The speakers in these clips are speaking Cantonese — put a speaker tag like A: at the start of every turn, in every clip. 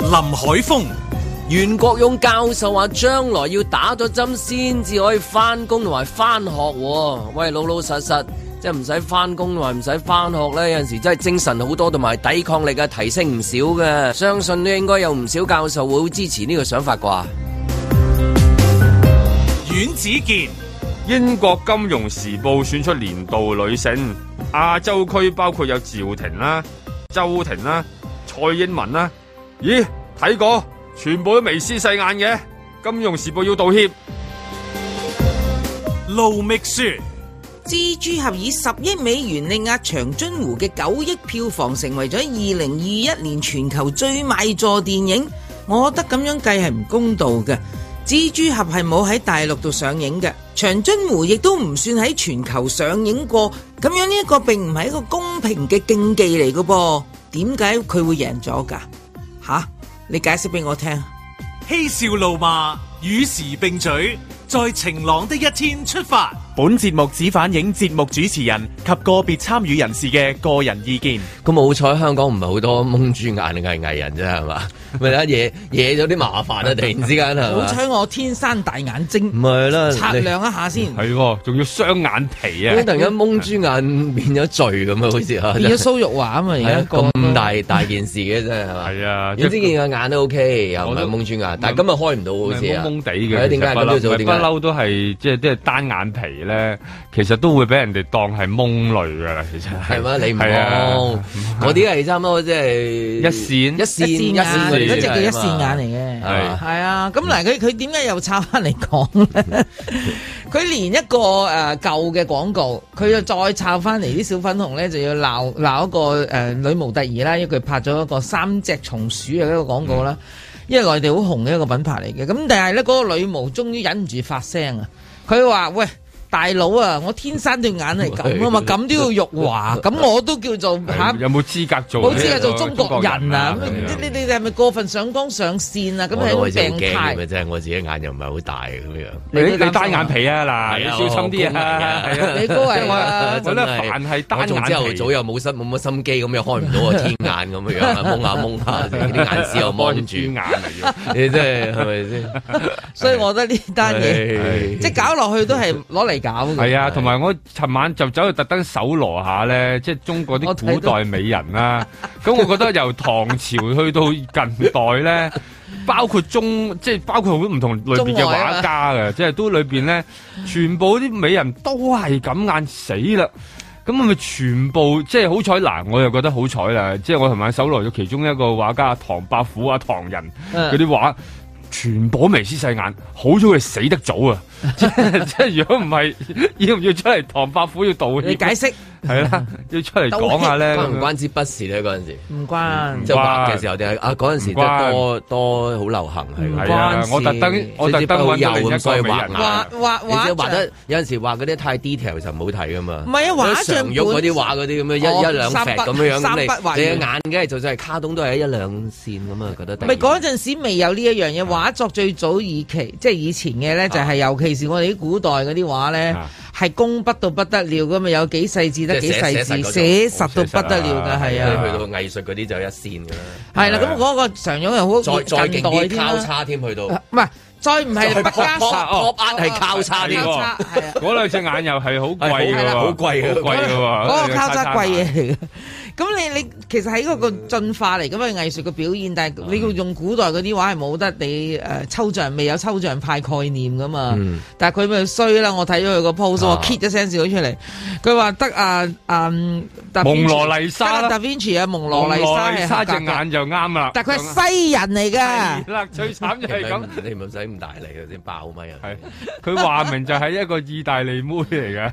A: 林海峰、
B: 袁國勇教授話：將來要打咗針先至可以翻工同埋翻學喎。喂，老老實實，即係唔使翻工同埋唔使翻學咧，有陣時真係精神好多，同埋抵抗力啊提升唔少嘅。相信都應該有唔少教授會好支持呢個想法啩。
A: 阮子健、
C: 英國金融時報選出年度女性，亞洲區包括有趙婷啦、周婷啦、蔡英文啦。咦，睇過，全部都微絲細眼嘅。金融時報要道歉。
A: 盧覓雪、
D: 蜘蛛俠以十億美元力壓長津湖嘅九億票房，成為咗二零二一年全球最賣座電影。我覺得咁樣計係唔公道嘅。蜘蛛俠係冇喺大陸度上映嘅，長津湖亦都唔算喺全球上映過。咁樣呢一個並唔係一個公平嘅競技嚟嘅噃。點解佢會贏咗㗎？吓，你解釋俾我聽。
A: 嬉笑怒罵，與時並舉，在晴朗的一天出發。
E: 本節目只反映節目主持人及個別參與人士嘅個人意見。
B: 咁好彩香港唔係好多蒙豬眼嘅藝人啫，係嘛？咪啦，惹惹咗啲麻煩啊！突然之間係
D: 好
B: 嘛？
D: 彩我天生大眼
B: 唔
D: 睛，
B: 係啦，
D: 測
B: 你
D: 量一下先，
C: 係喎，仲要雙眼皮 啊
B: 點解！突然間蒙豬眼變咗罪咁啊？好似啊，
D: 變咗蘇玉華啊嘛，而
B: 係
D: 家
B: 啊
D: 個
B: 咁大大件事嘅真係係嘛？
C: 係啊，
B: 阮之健嘅眼都 OK，又唔
C: 我
B: 係
C: 都
B: 蒙專眼，但係今日開唔到好似啊，
C: 蒙蒙地
B: 係啊
C: 嘅，
B: 點
C: 其實
B: 解
C: 不
B: 咁都
C: 嬲
B: 做
C: 唔係
B: 點
C: 不
B: 解
C: 嬲都係即係即係單眼皮咧，其實都會俾人哋當係蒙類噶啦，其實
B: 係嘛？你唔
C: 係啊
B: 蒙，我啲係差唔多即係
C: 一線
B: 一線
D: 一線
B: 一線
D: 眼，
B: 嗰
C: 嗰
B: 啲
C: 啲
D: 嗰隻
B: 真
D: 叫
B: 係
D: 一
B: 啊嘛
D: 線眼嚟嘅。
B: 係嘛
C: 係
D: 係啊，咁嗱，佢佢點解又抄翻嚟講咧？ 佢連一個誒、呃、舊嘅廣告，佢又再抄翻嚟啲小粉紅咧，就要鬧鬧一個誒、呃女模特兒啦，因為佢拍咗一個三隻松鼠嘅一個廣告啦，因為內地好紅嘅一個品牌嚟嘅。咁但係咧，嗰、個女模終於忍唔住發聲啊！佢話：喂，大佬啊，我天生對眼係咁啊嘛，咁都要辱華，咁我都叫做
C: 係
D: 嚇
C: 有冇資格做？
D: 冇資格做中國人啊！咁
C: 係
D: 你你你哋係咪過分上綱上線啊？咁係
B: 我
D: 一
B: 都真
D: 種病
B: 係好驚
D: 態
B: 咁。啊！真係我自己眼又唔係好大咁樣。
C: 你
D: 你
C: 你單眼皮啊嗱，
B: 係
C: 你
B: 啊
C: 小心啲啊！
B: 我高危啊
C: 係啊
D: 你高危啊
C: 我我咧
B: 真係
C: 凡係
B: 我
C: 單
B: 仲朝頭
C: 眼
B: 早
C: 皮。
B: 又冇心冇 乜心機，咁又開唔到個天眼咁 樣樣，蒙下蒙下，啲眼屎又蒙住，
C: 眼嚟嘅，
B: 你真係係咪先？
D: 所以我覺得呢單嘢
B: 係
D: 即係搞落去都係攞嚟搞嘅。
C: 係啊，同埋我尋晚就走去特登搜羅下咧，即係中國
D: 我
C: 啲
D: 睇
C: 古
D: 到
C: 代美人啦、咁我覺得由唐朝去到近代咧， 包括中即係包括好多唔同類別嘅
D: 中外啊嘛
C: 畫家嘅，即係都裏邊咧，全部啲美人都係咁眼死啦。咁係咪全部即係好彩嗱？我又覺得好彩啦！即係我琴晚搜羅咗其中一個畫家唐伯虎啊、唐人
D: 嗯
C: 嗰啲畫，全部都眉絲細眼，好彩佢死得早啊！ 即係即係如果唔係， 要唔要出嚟唐伯虎要道
D: 你
C: 歉？
D: 解釋
C: 係啦，要出嚟講下咧。
B: 關唔關支筆事咧？嗰陣時
D: 唔關
B: 即係畫嘅時候定係啊嗰陣時
C: 唔
B: 即係
C: 關
B: 多多好流行係咁
C: 係啊
D: 關，事
C: 我特登我特登揾到另一
B: 所
C: 個
B: 以
C: 美
B: 畫
C: 人
B: 眼
C: 啊。
D: 畫畫
B: 你知
D: 畫
B: 畫得有陣時畫嗰啲太 detail 就唔好睇噶嘛。
D: 唔係啊畫像
B: 常玉嗰啲畫嗰啲咁樣
D: 哦
B: 一一兩
D: 三
B: 撇
D: 筆
B: 咁樣樣，
D: 三
B: 咁你
D: 筆畫完
B: 你嘅眼梗係就算係卡通都係一兩線咁啊，覺得突
D: 唔
B: 然
D: 係嗰陣時未有呢一樣嘢，畫作最早以期，即係以前嘅咧，就係尤其是我哋啲古代嗰啲畫咧
C: 啊，
D: 係工筆到不得了噶嘛，有幾細緻得
B: 即
D: 幾
B: 係寫
D: 細緻，
B: 寫實嗰種
D: 寫實到不得了㗎，
C: 寫
D: 係
C: 實
B: 你
C: 啊
B: 去
D: 啊，
B: 到藝術嗰啲就一線㗎啦。
D: 係啦，咁嗰個常用又好
B: 再再勁
D: 近代啲
B: 啲交
D: 啦，
B: 叉添，去到
D: 唔係再唔係畢加索
B: pop pop art 係交叉啲
D: 交
C: 喎
D: 叉係啊。
C: 嗰兩隻眼又係好
D: 哎
C: 貴嘅
B: 係
C: 喎，
B: 啦好貴嘅
C: 好貴嘅喎。
D: 嗰個交叉貴嘢嚟嘅。 咁你你其實喺嗰個進化嚟咁嘅藝術嘅表現，但係
C: 嗯
D: 你要用古代嗰啲畫係冇得你誒、呃抽象，未有抽象派概念噶嘛。
C: 嗯
D: 但係佢咪衰啦！我睇咗佢個 post，
B: 啊
D: 我 kit 一聲笑咗出嚟，佢話得啊啊，達芬奇
C: 蒙羅麗莎啦
D: 得啊達芬奇啊，蒙羅
C: 羅
D: 麗莎係
C: 麗莎
D: 合格
C: 隻
D: 嘅，
C: 眼就啱啦。
D: 但係佢啊係西人嚟㗎。
C: 係啦，最慘就 係咁。
B: 你唔使咁大力嘅先爆咪啊！
C: 係佢話明就係一個意大利妹 嚟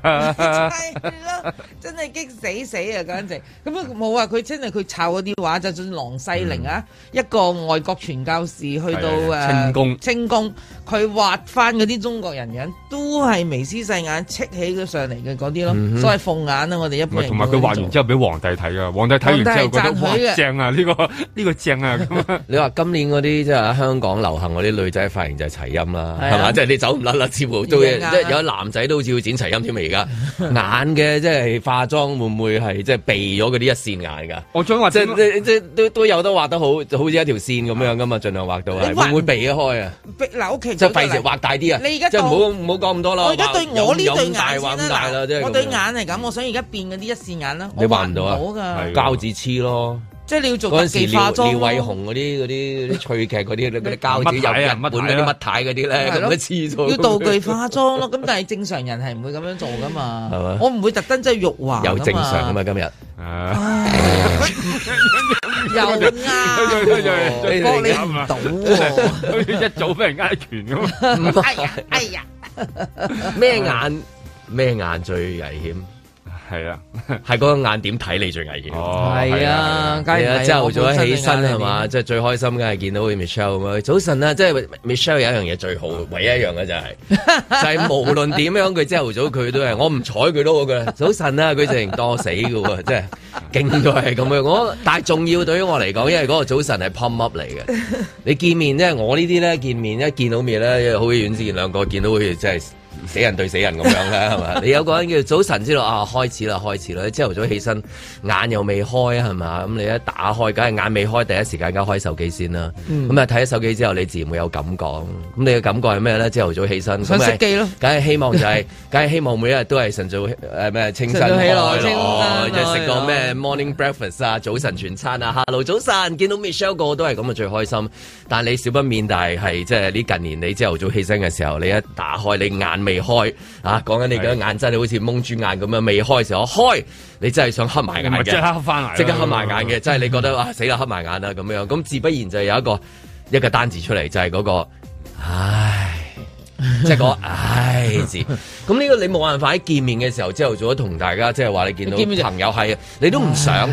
C: 噶，
D: 係咯，真係激死死啊！簡直咁啊冇啊！佢真係佢抄嗰啲畫，就算郎世寧啊，一個外國傳教士去到
C: 係啊
D: 誒
C: 清宮
D: 清宮，佢畫翻嗰啲中國人樣，都係微絲細眼，戚起佢上嚟嘅嗰啲咯，所謂鳳眼啊！我哋一般人
C: 同埋佢畫完之後俾皇帝睇噶，皇帝睇完之後覺得
D: 皇帝係讚許嘅
C: 哇正啊，呢個呢個正啊咁啊，
B: 你話今年嗰啲即係香港流行嗰啲女仔髮型就係齊音啦，
D: 係啊
B: 係嘛？即係你走唔甩啦，似乎都
D: 要
B: 即
D: 硬啊
B: 係有 男仔都好似要剪齊音添啊！而家眼嘅即係化妝會唔會係即係避咗嗰啲一線線眼㗎。
C: 我想話
B: 即
C: 點啊
B: 係即都都有得畫得好，好似一條線咁樣噶嘛，盡量畫到係
D: 你畫
B: 會唔會避得開啊？
D: 嗱屋企
B: 即係費事畫大啲啊！
D: 你而家
B: 即係唔
D: 當
B: 好唔好講咁多啦。
D: 我而家對我呢
B: 有
D: 對
B: 咁
D: 眼
B: 大
D: 先
B: 畫咁大啦，即
D: 啦，
B: 係咁樣
D: 我對眼嚟咁，我想而家變嗰啲一線眼啦，
B: 你
D: 我
B: 畫唔到啊
D: 畫㗎
C: 係
B: 膠紙黐咯。
D: 即係你要做
B: 嗰
D: 特
B: 陣時
D: 技化
B: 廖
D: 妝
B: 廖偉
D: 咯。
B: 雄嗰啲嗰啲嗰啲趣劇嗰啲嗰啲膠紙
C: 乜太
B: 有
C: 啊
B: 日本
C: 乜
B: 嗰
C: 太
B: 啲
C: 啊
B: 乜太嗰啲咧，
D: 係
B: 咁
D: 咯
B: 樣黐 咗。
D: 要道具化妝咯，咁但係正常人係唔會咁樣做噶
B: 係嘛
D: 嘛，我唔會特登即係辱華㗎
B: 又正常啊嘛，，今日。
C: 啊
D: 又啱，你幫你唔到喎，
C: 好似一早俾人挨拳咁，
D: 哎呀哎呀，
B: 咩眼咩眼最危險？
C: 係啊，
B: 係嗰個眼點睇你最危險。
C: 哦，
D: 係啊，梗係唔係
B: 啊，
D: 啊
B: 朝頭早一起身係？
D: 我
B: 嘛，
D: 本
B: 即係最開心梗係見到好似 Michelle 咁樣。早晨啊，即係 Michelle 有一樣嘢最好，唯一一樣嘅就係、 就係無論點樣，佢朝頭早佢都係，我唔睬佢都好嘅。早晨啊，佢直情當我死嘅喎，真係勁到係咁樣。我但係重要對於我嚟講，因為嗰個早晨係 pump up 嚟嘅。你見面咧，我呢啲咧見面一見到面咧，好遠先見兩個，見到好似真係。死人對死人咁樣啦， 係嘛？你有個人叫早晨知道啊，開始啦，開始啦！朝頭早起身，眼又未開啊，係嘛？咁你一打開，梗係眼未開，第一時間梗係開手機先啦。
D: 嗯
B: 咁啊睇咗手機之後，你自然會有感覺。咁你嘅感覺係咩咧？朝頭早起身，
D: 想
B: 咁
D: 熄機咯
B: 梗係希望就係、梗係希望每一日都係晨早誒咩清新
D: 晨早起
B: 開
D: 來清新
B: 咯，即係食個
D: 開
B: 咩 morning breakfast 啊，早晨全餐啊，hello 早晨，見到 Michelle 個個都係咁啊，最開心。但你少不免，但係係即係呢近年你朝頭早起身嘅時候，你一打開你眼未開啊，講緊你嘅眼真係好似蒙豬眼咁樣未開時候，開你真係想黑埋
C: 你
B: 眼
C: 咪
B: 嘅，
C: 即刻黑翻嚟，
B: 即刻黑埋眼嘅，即係你覺得啊死啦黑埋眼啦咁樣，咁自不然就有一個一個單字出嚟，就係、嗰個唉。即 係嗰唉字，咁呢個你冇辦法喺見面嘅時候，朝頭早同大家即係話你見到
D: 你見面就
B: 朋友係，你都唔想，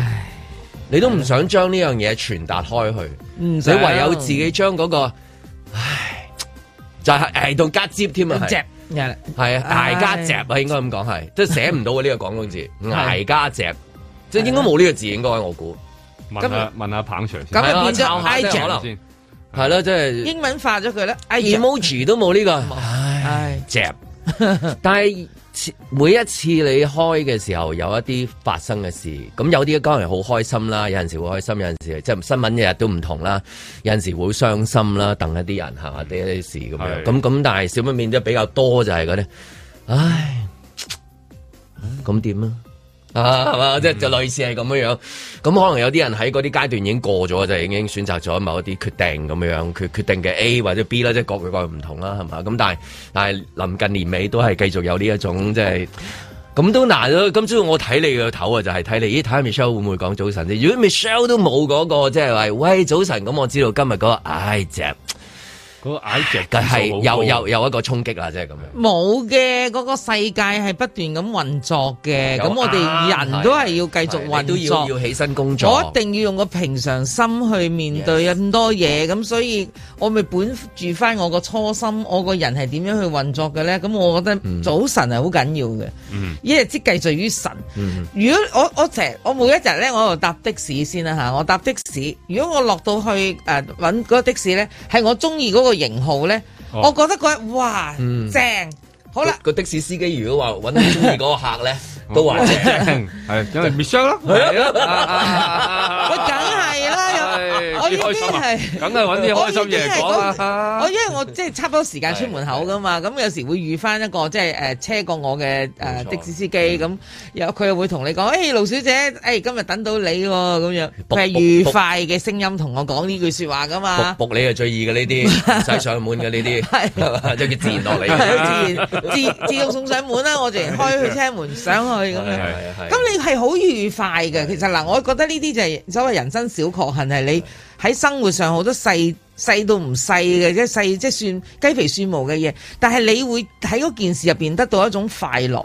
B: 你都唔想將呢樣嘢傳達開去，
D: 唔
B: 你
D: 想
B: 唯有自己將嗰個唉，就係係同夾接添啊，係
D: 身就係
B: 係啊，挨家
D: 唉
B: 嚼啊，應該咁講係，即係寫唔到嘅呢個廣 東字，挨家嚼，即係應該冇呢個字，應該我估
C: 問下問下彭 Sir
D: 咁
C: 先
D: 咪
B: 係啊
D: 變咗
B: 抄下即係
D: iJack
B: 可能
C: 先，
B: 係咯，即係
D: 英文化咗 佢啦，哎呀，
B: emoji 都冇呢個唉
D: 唉。
B: 嚼，但係次每一次你開嘅時候有一啲發生嘅事，咁有啲當然好開心啦，有陣時會開心，有陣時即係新聞日日都唔同啦，有陣時會傷心啦，等一啲人嚇啲一啲事咁
C: 係
B: 樣，咁咁但係少不免都比較多就係嗰啲，唉。咁點啊？啊，係嘛，即係就類似係咁樣樣。咁可能有啲人喺嗰啲階段已經過咗，就已經選擇咗某一啲決定咁樣樣，決決定嘅 A 或者 B 啦，即係各有各唔同啦，係嘛？咁但係但係臨近年尾都係繼續有呢一種即係。咁都難咯！今朝我睇你個頭啊，就係睇你，咦睇下 Michelle 會唔會講早晨先？如果 Michelle 都冇嗰、個，即係話喂早晨，咁我知道今日嗰、個唉只
C: 嗰個挨隻
B: 係又又又一個衝擊啦，即係咁樣。
D: 冇嘅，嗰、個世界係不斷咁運作嘅，
B: 有
D: 咁我哋
B: 啱
D: 人都係要繼
B: 係
D: 續
B: 你都
D: 運
B: 要
D: 作。
B: 要起身工作。
D: 我一定要用個平常心去面對啊咁多嘢，咁所以我咪本住翻我個初心，我個人係點樣去運作嘅呢？咁我覺得
C: 嗯
D: 早晨係好緊要嘅，一日之計在於晨。
C: 嗯
D: 如果我我成日我每一日呢，我就搭的士先啦嚇，我搭的士。如果我落到去誒揾嗰個的士呢，係我中意嗰個型號呢，
C: 哦嗯
D: 我覺得嗰日哇正，好 啦。嗯
B: 個的士司機如果話揾到中意嗰個客咧，都話 正
C: 係因為 Michelle 咯，係啊
D: 我梗係啦，有我已經
C: 開心啊
D: 係，
C: 梗 係揾啲開心嘢嚟講啦。
D: 我因 為我即係差唔多時間出門口噶嘛，咁有時會遇翻一個即係誒車過我嘅誒
B: 冇錯
D: 的士司機咁，有佢又會同你講，誒盧小姐，誒今日等到你喎咁樣，
B: 卜
D: 佢係
B: 卜
D: 愉
B: 卜
D: 快嘅聲音同我講呢句説話噶嘛，
B: 仆仆你係最易嘅呢啲， 唔使上門嘅呢啲，
D: 係
B: 係嘛即係佢自然落嚟
D: 係
B: 嘅。
D: 啊 自然自自動送上門啦，我直然開佢車門上去咁樣。
B: 係
D: 咁你係好愉快嘅，其實嗱，我覺得呢啲就係所謂人生小確幸，係你喺生活上好多細細到唔細嘅，即係細即係算雞皮蒜毛嘅嘢，但係你會喺嗰件事入邊得到一種快樂。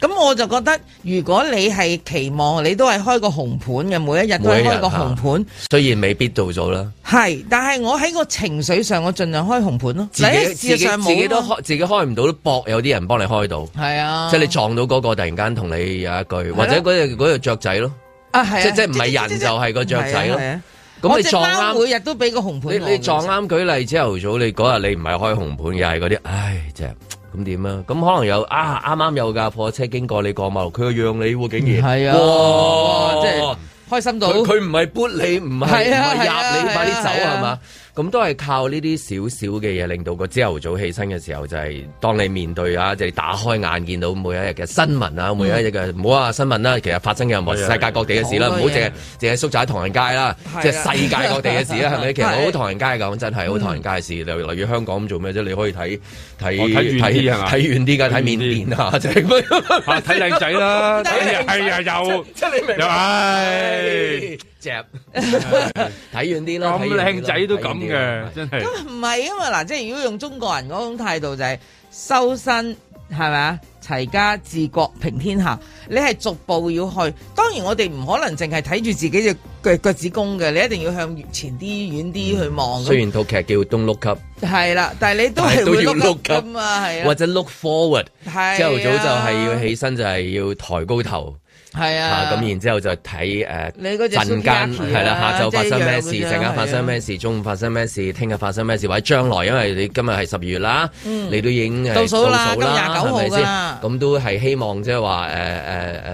D: 咁我就覺得，如果你係期望你都係開個紅盤嘅，每一日都係開個紅盤，
B: 雖然未必做到啦，
D: 係，但係我喺個情緒上，我盡量開紅盤咯。
B: 自己
D: 嗱
B: 自己
D: 事實上冇
B: 自己都
D: 啊嘛
B: 開，自己開唔到都搏，有啲人幫你開到。
D: 係啊，
B: 即係你撞到嗰個突然間同你有一句，或者嗰隻嗰隻雀仔咯，
D: 啊，係啊
B: 即即係唔係人就係個雀仔
D: 係啊
B: 咯
D: 係啊
B: 咁
D: 我
B: 你
D: 隻
B: 撞
D: 貓
B: 啱，
D: 每日都俾個紅盤
B: 你
D: 我
B: 你
D: 嘅
B: 撞啱舉例朝頭早，你嗰日你唔係開紅盤，又係嗰啲，唉，即係咁點啊？咁可能有啊，啱啱有架貨車經過你過馬路，佢個讓你喎，竟
D: 嗯
B: 然
D: 係啊
B: 哇
D: 即
B: 即
D: 係
B: 係
D: 開心到。
B: 佢佢唔係撥你，唔係唔
D: 係啊
B: 係
D: 係啊
B: 入你，
D: 係啊
B: 快啲走
D: 係啊
B: 係嘛？咁都係靠呢啲少少嘅嘢，令到個朝頭早起身嘅時候，就係當你面對啊，即係打開眼見到每一日嘅新聞啊，每一日嘅唔好話新聞啦，其實發生嘅任何世界各地嘅事啦，唔
D: 好
B: 好
D: 多嘢
B: 淨係淨係縮窄喺唐人街啦
D: 係啊，
B: 即係世界各地嘅事啦，係咪？其實
D: 係
B: 好唐人街講真係好唐人街嘅事，例例如香港咁做咩啫？你可以睇睇
C: 哦睇遠啲係嘛
B: 睇遠啲㗎，睇
C: 睇遠
B: 緬
C: 啲
B: 甸啊，即係
C: 啊睇靚仔啦，
D: 但係
C: 睇係啊又
B: 即係你明
C: 又唉。
B: 只睇遠啲啦，
C: 咁靚仔都咁
B: 睇遠啲啦
C: 嘅，。真係
D: 唔係啊嘛，嗱，即係如果用中國人嗰種態度就係修身係咪啊？齊家治國平天下，你係逐步要去。當然我哋唔可能淨係睇住自己隻腳腳趾公嘅，你一定要向前啲、遠啲去望。
B: 嗯雖然套劇叫 Don't Look Up，
D: 係啦，但係你都
B: 但
D: 係
B: 係都
D: 會
B: 要
D: look
B: look
D: up 㗎
B: up
D: 嘛，係
B: 或
D: 啊，
B: 者 Look Forward，
D: 係
B: 朝頭早就係要
D: 啊，
B: 起身，就係要抬高頭
D: 係
B: 啊
D: 啊，
B: 咁然之後就睇誒。
D: 你嗰隻
B: 陣間
D: sukiyaki
B: 係啦，
D: 啊
B: 下晝發生咩事，
D: 即係一樣嘅啫
B: 陣間發生咩事，中午發生咩事，聽日發生咩事，或者將來，因為你今日係十二月啦，你都已經係
D: 嗯倒數啦
B: 倒數啦
D: 今日29號
B: 係咪
D: 㗎
B: 先
D: 啦
B: 咁都係希望即係話誒誒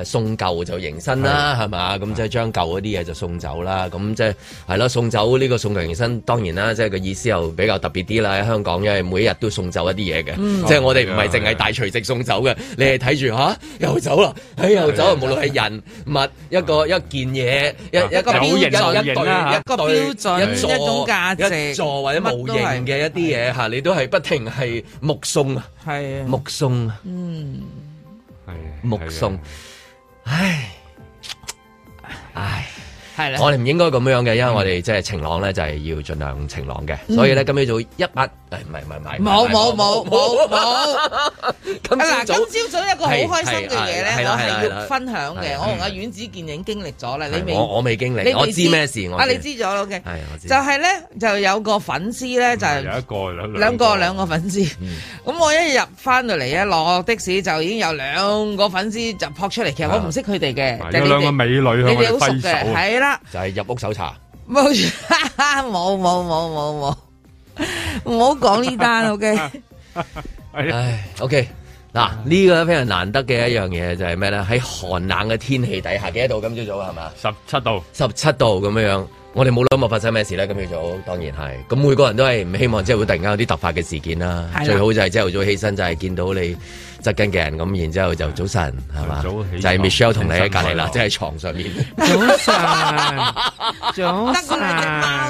B: 誒送舊就迎新啦，係嘛？咁即係將舊嗰啲嘢就送走啦。咁即係係咯，送走呢個送舊迎新，當然啦，即係個意思又比較特別啲啦。喺香港，因為每一日都送走一啲嘢嘅，即係我哋唔係淨係大除夕送走嘅，你係睇住吓又走啦，哎又走啊，嗯無哦 論係人物一個一件嘢一。一
D: 有
B: 個
D: 形
B: 一
C: 有形啦
B: 一個
D: 嚇
B: 標
D: 一個標準
B: 準，一座
D: 一種價值
B: 一座或者無形嘅一啲嘢嚇，你都係不停係目送啊，
D: 係啊，
B: 目送啊，目
C: 係
B: 送。
D: 啊
B: 唉，唉，
D: 係啦，
B: 我哋唔應該咁樣嘅，因為我哋即係晴朗咧，就係要盡量晴朗嘅，所以咧今朝早一晚，誒唔係唔係唔係，
D: 冇冇冇 冇冇。
B: 今
D: 嗱，
B: 朝早
D: 今朝早一個好開心嘅嘢咧，
B: 係係係
D: 我
B: 係啦
D: 係
B: 係啦
D: 要分享嘅。
B: 係
D: 我同阿阮子健已經經歷咗啦，你
B: 係
D: 未？
B: 我我未經
D: 你
B: 歷，
D: 未
B: 我知咩事，我
D: 啊，你知咗啦，OK。
B: 係我知
D: 就係咧，就有個粉絲咧，就
C: 有一個兩
D: 兩個兩個粉絲。咁我一入翻到嚟咧，落的士就已經有兩個粉絲就撲出嚟。其實我唔識佢哋嘅，但
C: 有
D: 係
C: 兩
D: 你
C: 個
D: 哋
C: 美女向
D: 你
C: 我
D: 哋
C: 哋
D: 好熟
C: 揮
D: 嘅，
C: 手，
D: 係啦。
B: 就係入屋搜查，
D: 冇錯 冇冇冇冇冇，唔好講呢單 OK。嗯
B: 唉，OK。嗱，呢個非常難得嘅一樣嘢就係咩咧？喺寒冷嘅天氣底下，幾多度？今朝早係嘛？
C: 十七度，
B: 十七度咁樣樣，我哋冇諗過發生咩事咧。今朝早當然係，咁每個人都係唔希望即係會突然間有啲突發嘅事件啦
D: 係啦。
B: 最好就係朝頭早起身就係見到你側緊嘅人咁，然之後就早晨係嘛？
C: 早起
B: 就係 Michelle 同你喺隔離啦，
C: 早晨
B: 即係床上面。
D: 得我兩隻貓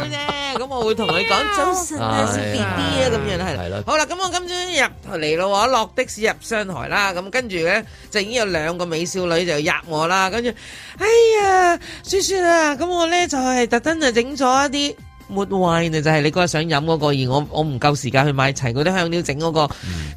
D: 啫，咁我會同 佢講早晨啊，小 B B 啊，咁樣係。
B: 係
D: 啦
B: 啦，
D: 好啦，咁我今朝入嚟咯，我落的士入商台啦，咁跟住咧就已經有兩個美少女就入我啦，跟住，哎呀，雪雪啊，咁我咧就係特登就整咗一啲。抹 wine 啊就係你嗰日想飲嗰、個，而我我唔夠時間去買齊嗰啲香料整嗰、個，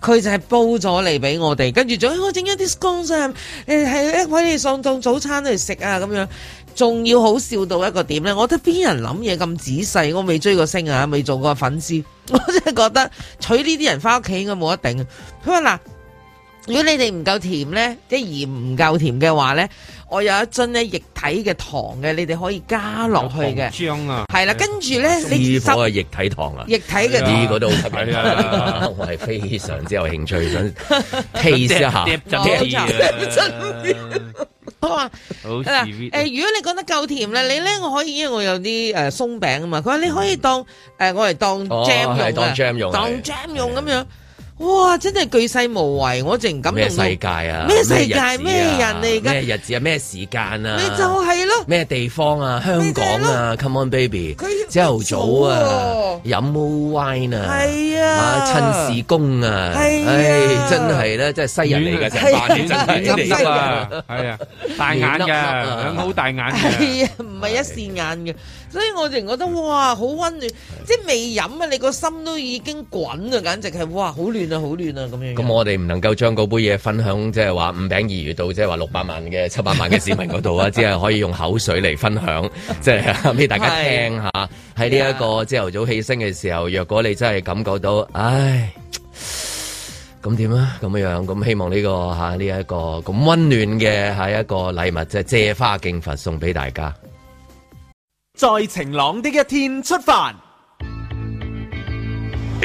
D: 佢、就係煲咗嚟俾我哋，跟住仲哎我整一啲 scones 啊，誒係一位你送當早餐嚟食啊咁樣，仲要好笑到一個點咧，我覺得邊人諗嘢咁仔細，我未追過星啊，未做過粉絲，我 真係覺得娶呢啲人翻屋企應該冇得頂。佢話嗱。如果你哋唔夠甜呢，即係鹽唔夠甜嘅話呢，我有一樽呢液體嘅糖嘅，你哋可以加落去 嘅。
C: 張啊，
D: 係啦，跟住咧，你
B: 呢
D: 十
B: 火嘅液體糖啊！
D: 液體嘅
C: 係啊
B: 呢
D: 糖
B: 個都好吸引
C: 係啊，
B: 我係非常之有興趣，想 taste 一
C: Dạ.
B: 下。
D: 冇
E: 真
D: 我
E: 好
D: 話啊嗱誒，如果你覺得夠甜咧，你咧我可以，因為我有啲誒鬆餅啊嘛，佢話你可以當誒我嚟當
B: 哦
D: jam
B: 係
D: 用啊
B: 當 jam 用
D: 當
B: 係
D: jam 用咁樣，哇！真係巨細無遺，我淨咁
B: 咩
D: 用
B: 世
D: 到，
B: 界啊？
D: 咩世界
B: 日子啊
D: 咩人嚟㗎
B: 咩日子啊？咩時間啊？
D: 你就係咯。
B: 咩地方啊？香港
D: 咪就係
B: 啊，Come on baby，
D: 佢
B: 朝頭早啊，飲 wine 啊，
D: 係啊
B: 親事公啊，
D: 係啊
B: 唉真係咧，真係西人嚟嘅
C: 啊
B: 成班，真
C: 暖
B: 係
C: 粒
B: 你
C: 粒
B: 哋
C: 啊，係啊，大眼嘅，兩個好大眼嘅，
D: 係啊， 唔係一線眼嘅，所以我淨覺得哇，好温暖，即係未飲啊，你個心都已經滾啊，簡直係哇，好暖啊，好暖啊咁樣樣。
B: 咁我哋唔能夠將嗰杯嘢分享，即係話五餅二魚到，即係話六百萬嘅七百萬嘅市民嗰度啊，只係可以用口水嚟分享，即係俾大家聽下。喺呢一個朝頭早起身嘅時候，若果你真係感覺到，唉。咁點啊？咁樣咁希望呢、個嚇呢一個咁温暖嘅下一個禮物，即係借花敬佛送俾大家。
E: 在晴朗的一天出發。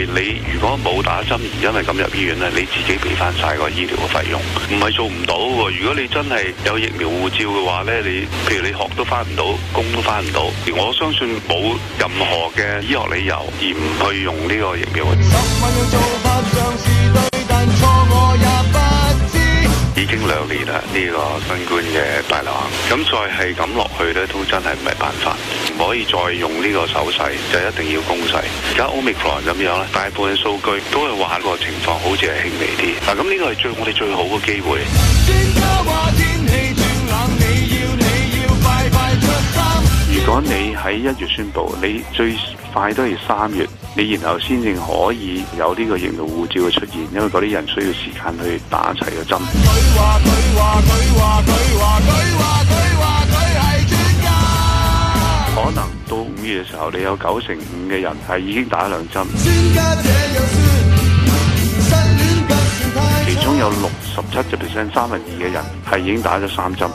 F: 你如果冇打針而因為咁入醫院咧，你自己俾翻晒個醫療嘅費用，唔係做唔到喎。如果你真係有疫苗護照嘅話咧，你譬如你學都翻唔到，工都翻唔到，而我相信冇任何嘅醫學理由而唔去用呢個疫苗。已經兩年啦，呢、個新冠嘅大流行，咁再係咁落去呢，都真係唔係辦法，唔可以再用呢個手勢，就一定要攻勢。而家 Omicron 咁樣咧，大部分數據都係話個情況好似係輕微啲，嗱咁呢個係最我哋最好嘅機會。如果你喺一月宣布，你最快都係三月，你然後先至可以有呢個疫苗護照嘅出現，因為嗰啲人需要時間去打齊個針。可能到五月嘅時候，你有九成五嘅人係已經打兩針，其中有六十七 percent 三分二嘅人係已經打咗三針。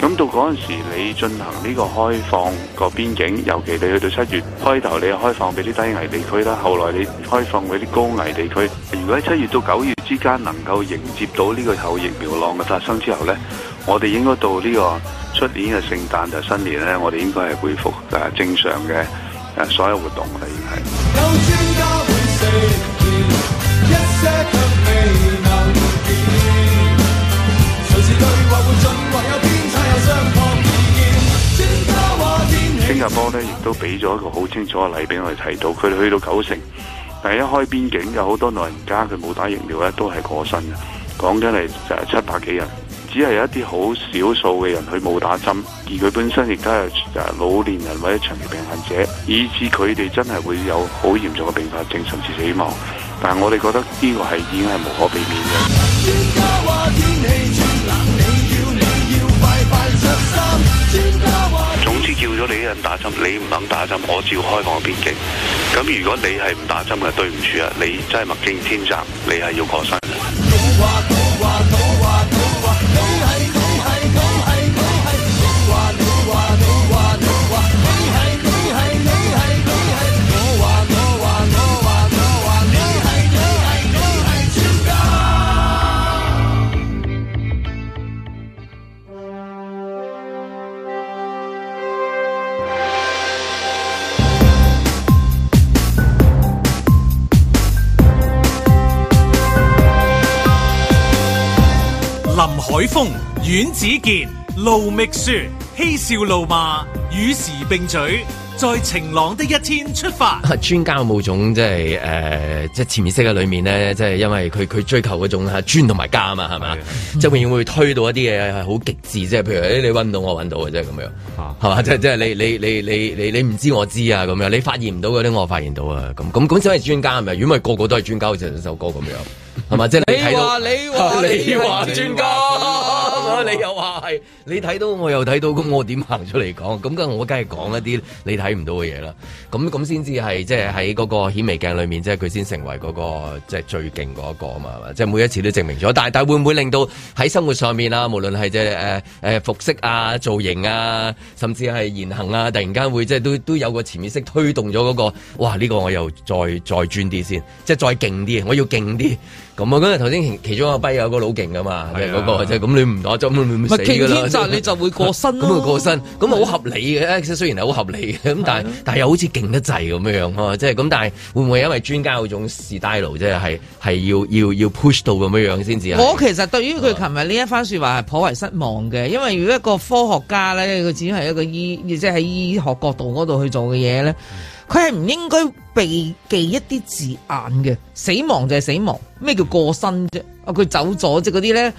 F: 咁到嗰陣時，你進行呢個開放個邊境，尤其你去到七月開頭，你開放俾啲低危地區啦，後來你開放俾啲高危地區。如果喺七月到九月之間能夠迎接到呢個後疫苗浪嘅發生之後呢，我哋應該到呢個出年嘅聖誕就新年呢，我哋應該係恢復誒正常嘅誒所有活動啦，已經係。新加坡咧亦都俾咗一個好清楚嘅例俾我哋睇到，佢哋去到九成，但係一開邊境有好多老人家佢冇打疫苗咧都係過身嘅，講緊係就係七百幾人，只係一啲好少數嘅人佢冇打針，而佢本身亦都係誒老年人或者長期病患者，以致佢哋真係會有好嚴重嘅併發症甚至死亡。但係我哋覺得呢個係已經係無可避免嘅。總之叫咗你一人打針，你唔肯打針，我照開放邊境。咁如果你係唔打針嘅，對唔住啊，你真係物競天擇，你係要過身嘅。
A: 林海峰、阮子健、路觅雪，嬉笑怒罵，與時並舉，在晴朗的一天出發。
B: 專啊家有冇種即係誒，即係潛意識嘅裏面咧，即係因為佢佢追求嗰種嚇專同埋家啊嘛，係嘛？即係永遠會推到一啲嘢係好極致，即係譬如誒你揾唔到我揾到嘅，即係咁樣，係嘛？即係即係你你你你你你唔知我知啊咁樣，你發現唔到嗰啲我發現到啊咁咁咁先係專家係咪？如果唔係個個都係專家，好似呢首歌咁樣，係嘛？即係你睇到
D: 你
B: 你話專家，你又話係，你睇到我又睇到，咁我點行出嚟講？咁梗我梗係講一啲你睇唔到嘅嘢啦。咁咁先至係即係喺嗰個顯微鏡裏面，即係佢先成為嗰、個即係最勁嗰一個啊嘛，係嘛即係每一次都證明咗。但係但係會唔會令到喺生活上面啊，無論係即係誒誒服飾啊、造型啊，甚至係言行啊，突然間會即係都都有個潛意識推動咗嗰、個，哇！呢、個我又再再專啲先，即係再勁啲，我要勁啲。咁啊，嗰日頭先其其中一個跛有個老勁噶嘛，即係嗰個即係咁，你唔打針咁你咪死
D: 啊咪傾
B: 㗎啦
D: 天。責 你就會過身
B: 咁
D: 咯。
B: 啊過身，咁啊好合理嘅，其實雖然係好合理
D: 啊
B: 嘅，咁但係但係又好似勁得滯咁樣樣咯，即係咁，但係會唔會因為專家嗰種士大佬，即係係係要要要 push 到咁樣樣先
C: 啊
B: 至係？
D: 我其實對於佢琴日呢一番説話係頗為失望嘅，因為如果一個科學家咧，佢只係一個醫，即係喺醫學角度嗰度去做嘅嘢咧，
C: 嗯
D: 佢係唔應該被記一啲字眼嘅。死亡就係死亡，咩叫過身啫？啊，佢走咗即係嗰啲咧，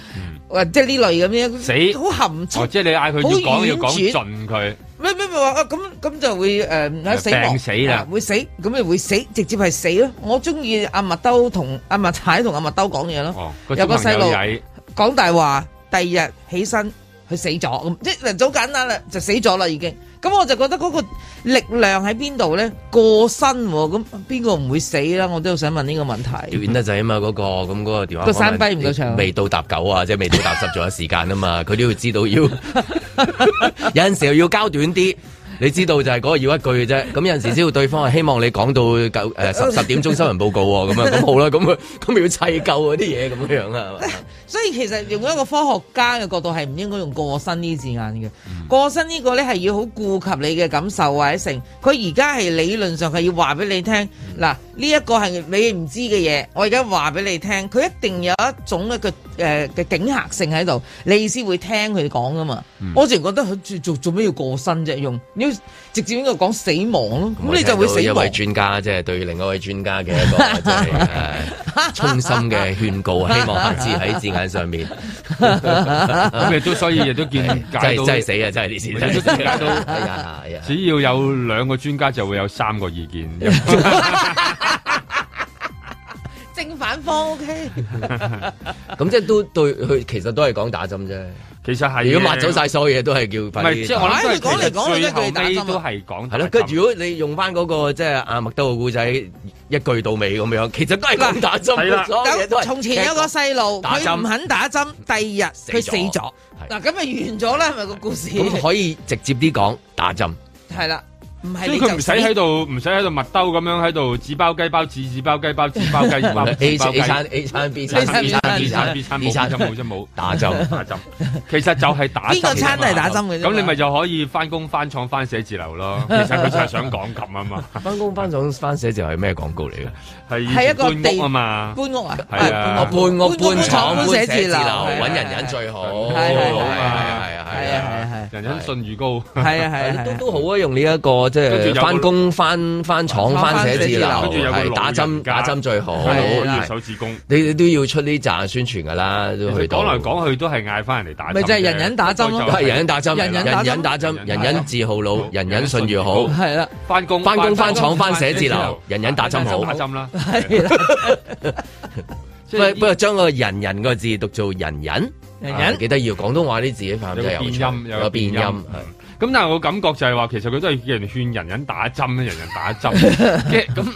D: 或即係呢類咁樣，
C: 嗯死
D: 好含蓄
C: 哦，。即係你嗌佢
D: 好
C: 要講
D: 婉
C: 要講
D: 轉
C: 盡佢，
D: 咩咩咩話啊咁咁就會誒喺死亡
C: 病死啦
D: 啊會死咁咪會死，直接係死咯。我中意阿麥兜同阿麥太同阿麥兜講嘢咯。
C: 哦，個
D: 有
C: 小
D: 個
C: 朋
D: 細
C: 友
D: 路
C: 曳，
D: 講大話，第二日起身佢死咗咁，即係嗱好簡單啦，就死咗啦已經。咁我就覺得嗰個力量喺邊度咧？過身喎，咁邊個唔會死啦？我都想問呢個問題。
B: 短得滯啊嘛，嗰個咁嗰個電話
D: 個山跛唔夠長
B: 未到搭九啊，即係未到 搭十仲有時間啊嘛，佢都要知道要有陣時候要交短啲。你知道就係嗰個要一句嘅啫。咁有陣時知道對方係希望你講到九誒十十點鐘新聞報告喎，咁啊咁好啦，咁啊咁要砌夠嗰啲嘢咁樣樣啊，係嘛
D: 所以其實用一個科學家嘅角度係唔應該用過身呢字眼嘅。
B: 嗯
D: 過身呢個呢係要好顧及你嘅感受或者成。佢而家係理論上係要話俾你聽，
B: 嗯
D: 嗱呢一個係你唔知嘅嘢，我而家話俾你聽，佢一定有一種嘅誒嘅警嚇性喺度，你先會聽佢講噶嘛。
B: 嗯
D: 我自然覺得佢做做做咩要過身啫？用你要直接應該講死亡咯，咁你就會死
B: 我聽到一位
D: 亡。
B: 專家即係對另外一位專家嘅 一個即係誒衷心嘅勸告，希望下次喺字眼上面
C: 咁亦都所以亦都見
B: 真
C: 解到
B: 係，真係死啊！真係呢事
C: 亦都見解到。
B: 哎呀哎呀
C: 只要有兩個專家就會有三個意見，
D: 正反方 OK，
B: 咁即係都對佢其實都係講打針啫。
C: 其實係
B: 如果抹走晒所有嘢，都係叫
C: 嘅，唔
B: 快
C: 係
B: 啲
C: 即係我諗都
D: 唉佢
C: 係
D: 講嚟講去
C: 其
D: 都
C: 實
D: 係佢哋打針啊
C: 最後尾都係講
B: 係
C: 打
B: 咯，
C: 針
B: 跟住如果你用翻嗰個即係阿麥兜嘅故仔一句到尾咁樣，其實都係講打針，
C: 係啦
B: 所有嘢都係
D: 從前有個細路，
B: 打
D: 佢
B: 針
D: 唔肯打針，第二日佢
B: 死
D: 死
B: 咗
D: 咗。
B: 係
D: 嗱，咁咪完咗啦，係咪個故事？
B: 咁可以直接啲講打針，
D: 係啦，唔係
C: 所
D: 你
C: 以
D: 就
C: 佢唔使喺度，唔使喺度麥兜咁樣喺度紙包雞包紙紙包雞包紙 包雞紙包
B: A
C: 紙包雞
B: A 餐 A 餐 B 餐
C: B 餐
B: B
C: B
B: 餐
C: 餐
B: B
C: B 餐
B: 餐
C: B 餐
B: B
C: 冇
B: 餐
C: 真冇真冇
B: 打針。
C: 打針，其實就係打針
D: 邊個餐都係打針嘅啫嘛
C: 咁你咪就可以翻工翻廠翻寫字樓 咯。其實佢就係想講咁啊嘛，
B: 翻工翻廠翻寫字係咩廣告嚟嘅？
C: 係以
D: 係
C: 前
D: 一個
C: 搬
D: 地
C: 屋啊嘛。
D: 搬屋啊，
C: 係啊
B: 我搬屋搬廠搬
D: 搬寫
B: 寫字
D: 字樓
B: 樓，
D: 係
B: 揾
D: 係
B: 人人最好，
C: 係
D: 係係係
B: 係係係
D: 係啊係啊
C: 人人信譽高，
D: 係啊係啊
B: 都
D: 係啊，
B: 都好啊！用呢一個即
C: 跟住有
B: 係
C: 個
B: 翻工、翻翻廠、翻寫字樓，
C: 跟住有個
B: 係
C: 老
B: 打針
C: 人家
B: 打針最 好。
C: 係攞住
B: 係
C: 手指公。
B: 你你都要出呢扎宣傳㗎啦，都去到
C: 講嚟講去都係嗌翻人嚟打針啫，
D: 咪就係人人打針咯
C: 就
B: 都係
C: 係
B: 人人打針，人
D: 人人打針
B: 人打針，人人自豪老，人人信譽好，
D: 係啦
C: 翻工
B: 返工返廠返寫字樓人人打針好
C: 打針啦，
D: 係啦，
C: 即
B: 不過
C: 係
B: 不過將個人人個字讀做人人，
D: 人
B: 啊
D: 人
B: 幾得意。廣東話啲字反
C: 有
B: 真
C: 個
B: 係有
C: 變
B: 趣
C: 音，
B: 有個變音
C: 咁
B: 係
C: 但係我感覺就係話，其實佢都係叫人勸人人打針人人打針。 嘅咁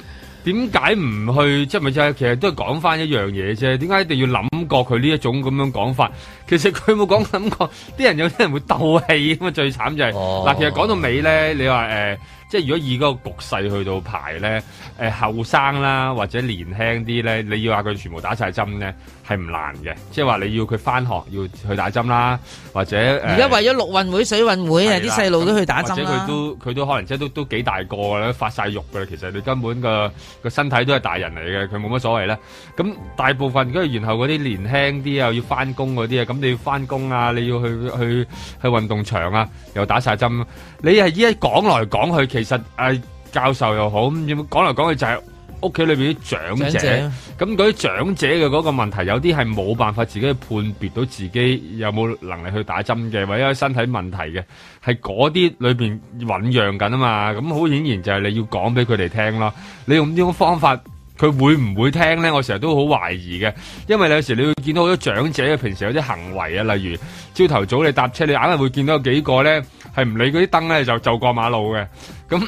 C: 點解唔去？即係咪就係其實都係講翻一樣嘢啫？點解一定要諗過佢呢一種咁樣講法？其實佢冇講諗過，啲人有啲人會鬥氣咁啊！最慘就係、
B: 哦
C: 嗱，其實講到尾咧，你話誒、呃即係如果以嗰個局勢去到排咧，誒後生啦或者年輕啲咧，你要話佢全部打晒針咧，係唔難嘅。即係話你要佢翻學要去打針啦，或者誒
D: 而家為咗陸運會、水運會啊，
C: 係
D: 啲
C: 啦
D: 細路都去打
C: 或
D: 針啊
C: 者佢
D: 啦。
C: 都佢都可能即係都都幾大個㗎啦，發晒肉㗎啦。其實你根本個個身體都係大人嚟嘅，佢冇乜所謂啦。咁大部分跟住然後嗰啲年輕啲啊，要翻工嗰啲啊，咁你要翻工啊，你要去去去運動場啊，又打晒針。你係依家講來講去，其實誒、啊教授又好，咁點講嚟講去就係屋企裏邊啲長
D: 長
C: 者。
D: 者
C: 咁嗰啲長者嘅嗰個問題，有啲係冇辦法自己去判別到自己有冇能力去打針嘅，或者有身體問題嘅，係嗰啲裏邊醖釀緊啊嘛。咁好顯然就係你要講俾佢哋聽咯。你用呢種方法，佢會唔會聽呢？我成日都好懷疑嘅，因為你有時你會見到好多長者嘅平時有啲行為啊，例如朝頭早你搭車，你硬係會見到有幾個呢係唔理嗰啲燈呢，就就過馬路嘅。咁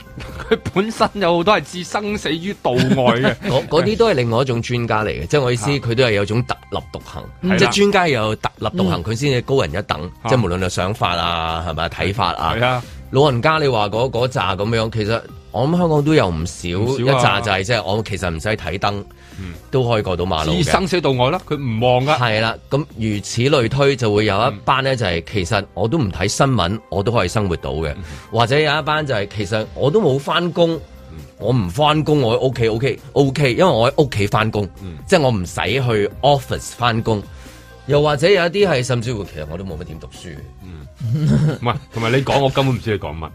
C: 佢本身有好多係置生死於度外嘅。
B: 嗰嗰啲都係另外一種專家嚟嘅，即係我意思，佢都係有種特立獨行，
C: 係
B: 即
C: 啦嗯
B: 係專家有特立獨行，佢先至高人一等，
C: 啊
B: 即係無論係想法啊，係咪睇法啊
C: 係，啊。
B: 老人家你話嗰嗰扎咁樣，其實我諗香港都有唔少
C: 唔
B: 一
C: 少啊
B: 扎就係即係我其實唔使睇燈
C: 嗯，
B: 都可以過到馬路
C: 至
B: 嘅。
C: 生死度外啦，佢唔望噶，
B: 係啦，咁如此類推就會有一班呢，就係其實我都唔睇新聞，我都可以生活到嘅，或者有一班就係其實我都冇翻工。我唔翻工，我喺屋企 OK OK，因為我喺屋企翻工，即係我唔使去 office 翻工。又或者有一啲係甚至乎，其實我都冇乜點讀書嘅。
C: 唔係，同埋你講我根本唔知你講乜，